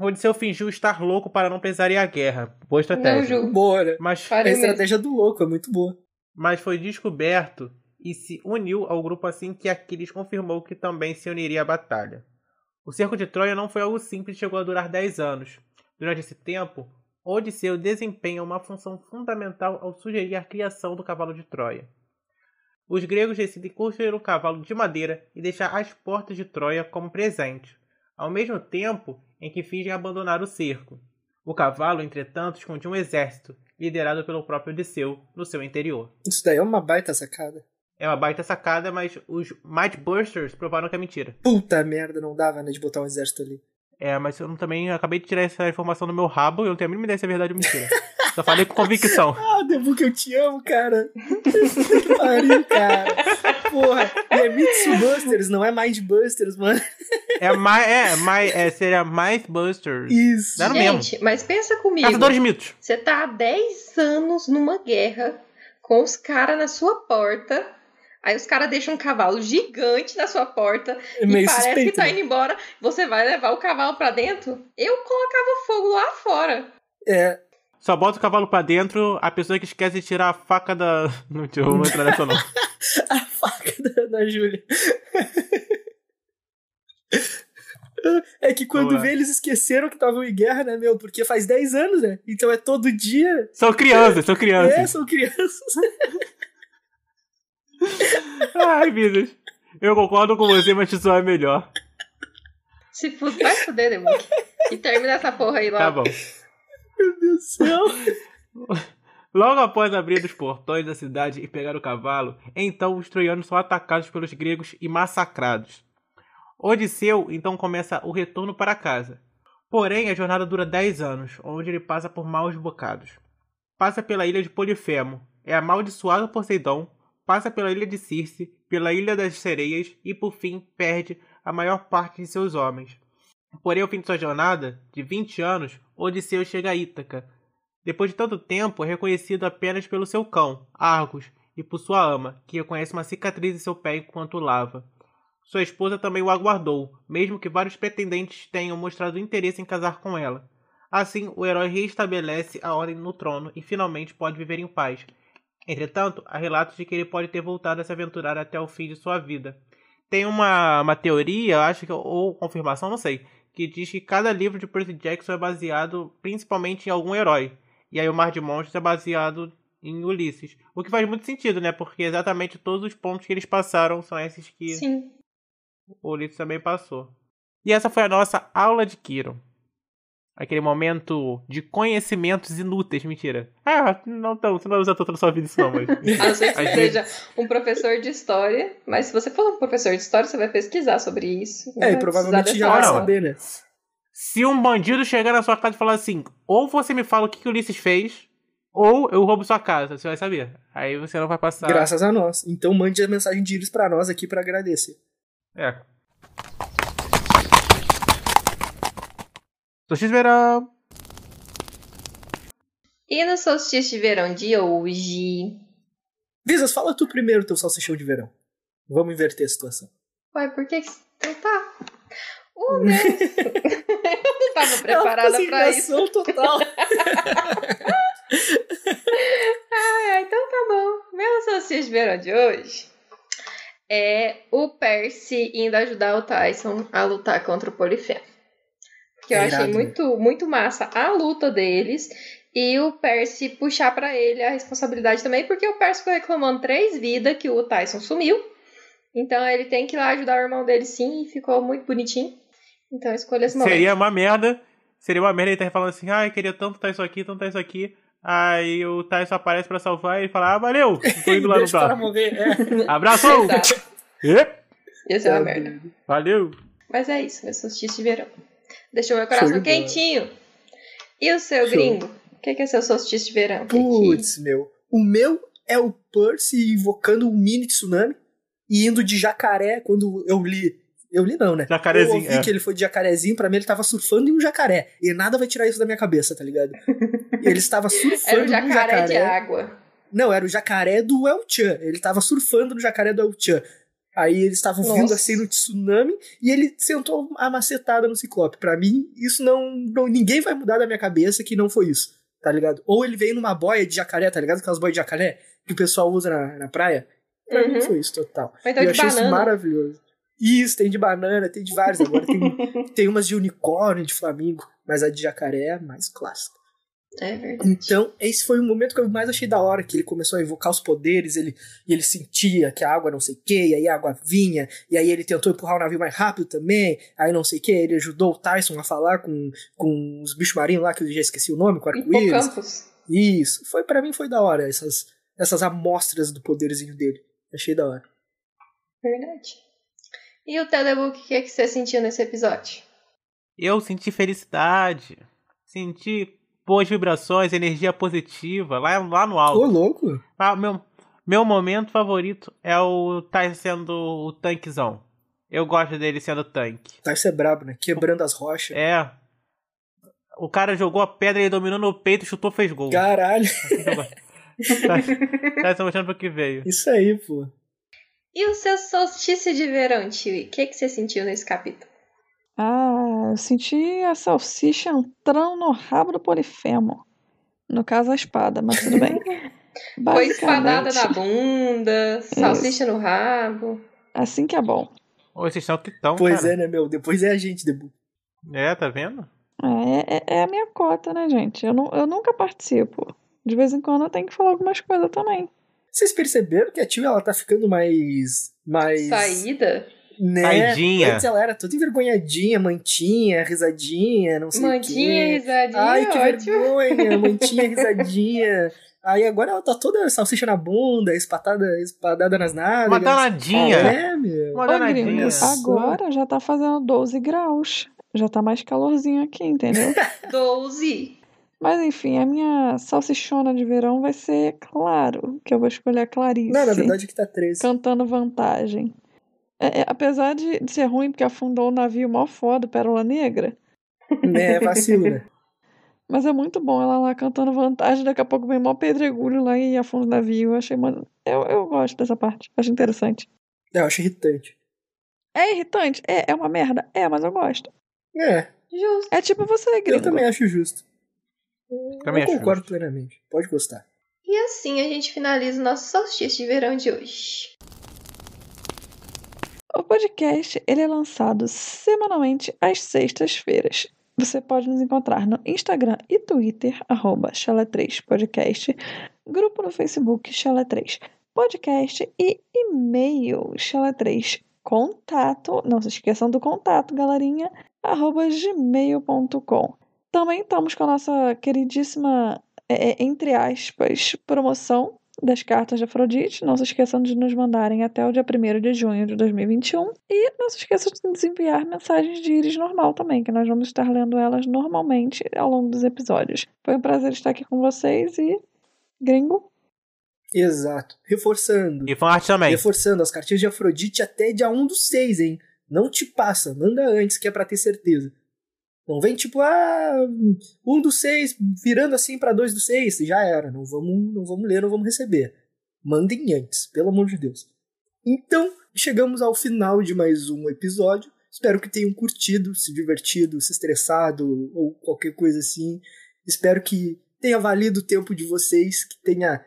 Odisseu fingiu estar louco para não precisar ir à guerra. Boa estratégia. Não julgo. Bora! Mas é né? A Faria o mesmo. estratégia do louco é muito boa. mas foi descoberto e se uniu ao grupo assim que Aquiles confirmou que também se uniria à batalha. O cerco de Troia não foi algo simples e chegou a durar 10 anos. Durante esse tempo, Odisseu desempenha uma função fundamental ao sugerir a criação do cavalo de Troia. Os gregos decidem construir um cavalo de madeira e deixar as portas de Troia como presente, ao mesmo tempo em que fingem abandonar o cerco. O cavalo, entretanto, esconde um exército, liderado pelo próprio Odisseu, no seu interior. Isso daí é uma baita sacada. É uma baita sacada, mas os Might Bursters provaram que é mentira. Puta merda, não dava, né, de botar um exército ali. É, mas eu não- também acabei de tirar essa informação do meu rabo e eu não tenho a mínima ideia se é verdade ou mentira. Só falei com convicção. Ah, Debu, que eu te amo, cara. que pariu, cara. Porra, e é Mitsubusters, não é Mindbusters, mano. É, my, é, my, é seria Might Busters. Isso. Dá no mesmo. Gente, mas pensa comigo. Caçadores de mitos. Você tá há 10 anos numa guerra com os caras na sua porta. Aí os caras deixam um cavalo gigante na sua porta É e meio parece suspeito. que tá né? indo embora. Você vai levar o cavalo pra dentro? Eu colocava fogo lá fora. É, Só bota o cavalo pra dentro, a pessoa que esquece de tirar a faca da. Não, tio, eu não vou entrar nessa não. a faca da, da Júlia. É que quando Boa. vê, eles esqueceram que estavam em guerra, né, meu? Porque faz 10 anos, né? Então é todo dia. São crianças, são É, crianças. são crianças. Ai, vidas. Eu concordo com você, mas isso é melhor. Se fu- vai fuder, Demuk. E termina essa porra aí lá. Tá bom. Meu Deus do céu. Logo após abrir os portões da cidade e pegar o cavalo, então os troianos são atacados pelos gregos e massacrados. Odisseu então começa o retorno para casa. Porém, a jornada dura 10 anos, onde ele passa por maus bocados. Passa pela ilha de Polifemo, é amaldiçoado por Seidon, passa pela ilha de Circe, pela ilha das sereias e por fim perde a maior parte de seus homens. Porém, ao fim de sua jornada, de 20 anos, Odisseu chega a Ítaca, depois de tanto tempo, é reconhecido apenas pelo seu cão, Argos, e por sua ama, que reconhece uma cicatriz em seu pé enquanto o lava. Sua esposa também o aguardou, mesmo que vários pretendentes tenham mostrado interesse em casar com ela. Assim, o herói reestabelece a ordem no trono e finalmente pode viver em paz. Entretanto, há relatos de que ele pode ter voltado a se aventurar até o fim de sua vida. Tem uma, uma teoria, acho que, ou confirmação, não sei, que diz que cada livro de Percy Jackson é baseado principalmente em algum herói. E aí o Mar de Monstros é baseado em Ulisses. O que faz muito sentido, né? Porque exatamente todos os pontos que eles passaram são esses que Sim. o Ulisses também passou. E essa foi a nossa aula de Kiro. Aquele momento de conhecimentos inúteis, mentira. Ah, não, não você não vai usar toda a sua vida isso não, mas... A não ser que Às você seja um professor de história, mas se você for um professor de história, você vai pesquisar sobre isso. não É, e vai provavelmente precisar já vai dessa aula. saber, né? Se um bandido chegar na sua casa e falar assim, ou você me fala o que, que o Ulisses fez, ou eu roubo sua casa, você vai saber. Aí você não vai passar. tá. Graças a nós. Então mande a mensagem de íris pra nós aqui pra agradecer. É. Sushi de verão. E no solstício de verão de hoje. Visas, fala tu primeiro teu salsichão de verão. Vamos inverter a situação. Ué, por que. que- Então tá. O meu. Eu não tava preparada assim, pra isso. É total. Ah, então tá bom. Meu salsicha de verão de hoje é o Percy indo ajudar o Tyson a lutar contra o Polifemo. Que eu É achei irado, né? muito, muito massa a luta deles e o Percy puxar pra ele a responsabilidade também, porque o Percy ficou reclamando três vidas que o Tyson sumiu. Então ele tem que ir lá ajudar o irmão dele sim, e ficou muito bonitinho. Então escolha esse momento. Seria uma merda. Seria uma merda ele estar falando assim, ai, queria tanto tá isso aqui, tanto tá isso aqui. Aí o Tyson aparece pra salvar e fala, ah, valeu, tô indo lá no Deixa para bar. morrer. É. Abraço! Exato. é Ê, Ia ser uma merda. Valeu! Mas é isso, meu solstício de verão. Deixou meu Show coração de bola. quentinho. E o seu Show. gringo? O que, que é seu solstício de verão? Que que- Putz, meu. O meu é o Percy invocando um mini tsunami e indo de jacaré quando eu li. Eu li não, né? Eu Jacarezinho. ouvi É. que ele foi de jacarezinho, pra mim ele tava surfando em um jacaré. E nada vai tirar isso da minha cabeça, tá ligado? Ele estava surfando Era em um um jacaré jacaré. de água. Não, era o jacaré do El Chan. Ele tava surfando no jacaré do El Chan. Aí eles estavam vindo Nossa. assim no tsunami e ele sentou a macetada no ciclope. Pra mim, isso não, não. Ninguém vai mudar da minha cabeça que não foi isso, tá ligado? Ou ele veio numa boia de jacaré, tá ligado? Aquelas boias de jacaré que o pessoal usa na, na praia. Pra mim Uhum. foi isso, total. Ou então eu de achei isso banana. maravilhoso. Isso, tem de banana, tem de vários. Agora tem, tem umas de unicórnio, de flamingo, mas a de jacaré é a mais clássica. É verdade. Então, esse foi o momento que eu mais achei da hora, que ele começou a invocar os poderes, ele, e ele sentia que a água não sei o que, e aí a água vinha, e aí ele tentou empurrar o navio mais rápido também, aí não sei o que, ele ajudou o Tyson a falar com, com os bichos marinhos lá, que eu já esqueci o nome, com arco-íris. Hipocampus. Isso, foi para mim foi da hora, essas, essas amostras do poderzinho dele. Achei da hora. Verdade. E o Telebook, o que, que você sentiu nesse episódio? Eu senti felicidade. Senti boas vibrações, energia positiva, lá, lá no alto. Ô, louco! Ah, meu, meu momento favorito é o Tyson sendo o tanquezão. Eu gosto dele sendo tanque. Tyson é brabo, né? Quebrando as rochas. É. O cara jogou a pedra, ele dominou no peito, chutou, fez gol. Caralho, Tyson- Tyson Tá, mostrando pro que veio. isso aí, pô. E o seu solstício de verão, Tio? O que, que você sentiu nesse capítulo? Ah, eu senti a salsicha entrando no rabo do Polifemo. No caso, a espada, mas tudo bem. Foi espadada na Basicamente, bunda, salsicha no rabo. Assim que é bom. Ô, vocês estão que estão, Pois cara. é, né, meu? Depois é a gente, Debu. É, tá vendo? É, é- é a minha cota, né, gente? Eu, nu- eu nunca participo. De vez em quando eu tenho que falar algumas coisas também. Vocês perceberam que a Tio ela tá ficando mais. mais. Saída, né? Saidinha. Antes ela era toda envergonhadinha, mantinha, risadinha, não sei o quê. mantinha, risadinha, Ai, que ótimo. vergonha, mantinha, risadinha. Aí agora ela tá toda salsicha na bunda, espatada, espadada nas Uma nádegas. danadinha. É, meu. Uma Ô, gringo, danadinha. só. agora já tá fazendo 12 graus. Já tá mais calorzinho aqui, entendeu? 12. Mas enfim, a minha salsichona de verão vai ser claro, que eu vou escolher a Clarice. Não, na verdade é que tá Então- 13. Cantando vantagem. É, é, apesar de de ser ruim, porque afundou o navio mó foda, Pérola Negra. né, vacilo, né? Mas é muito bom ela lá cantando vantagem, daqui a pouco vem mó pedregulho lá e afunda o navio. Eu achei, mano. Eu, eu gosto dessa parte, acho interessante. Eu acho irritante. É irritante? É, é uma merda? É, mas eu gosto. É, Justo. É tipo você, eu gringo. também acho justo. Também eu acho concordo justo. plenamente. Pode gostar. E assim a gente finaliza o nosso solstício de verão de hoje. O podcast ele é lançado semanalmente às sextas-feiras. Você pode nos encontrar no Instagram e Twitter, arroba chalé3podcast, grupo no Facebook Chala3, podcast e e-mail Chala3 contato, não se esqueçam do contato, galerinha, arroba gmail.com. Também estamos com a nossa queridíssima, é, é, entre aspas, promoção das cartas de Afrodite. Não se esqueçam de nos mandarem até o dia 1 de junho de 2021. E não se esqueçam de nos enviar mensagens de íris normal também, que nós vamos estar lendo elas normalmente ao longo dos episódios. Foi um prazer estar aqui com vocês e. Gringo? Exato. Reforçando. E fanart também. Reforçando, as cartinhas de Afrodite até dia 1 do 6, hein? Não te passa, manda antes, que é pra ter certeza. Não vem tipo, ah, 1 do 6, virando assim pra 2 do 6, já era. Não vamos, não vamos ler, não vamos receber. Mandem antes, pelo amor de Deus. Então, chegamos ao final de mais um episódio. Espero que tenham curtido, se divertido, se estressado ou qualquer coisa assim. Espero que tenha valido o tempo de vocês, que tenha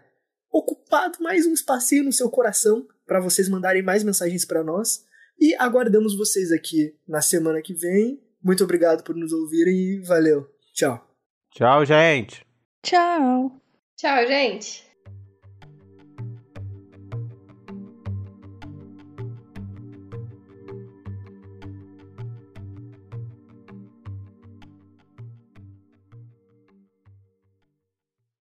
ocupado mais um espacinho no seu coração para vocês mandarem mais mensagens para nós. E aguardamos vocês aqui na semana que vem. Muito obrigado por nos ouvirem e valeu. Tchau. Tchau, gente. Tchau! Tchau, gente.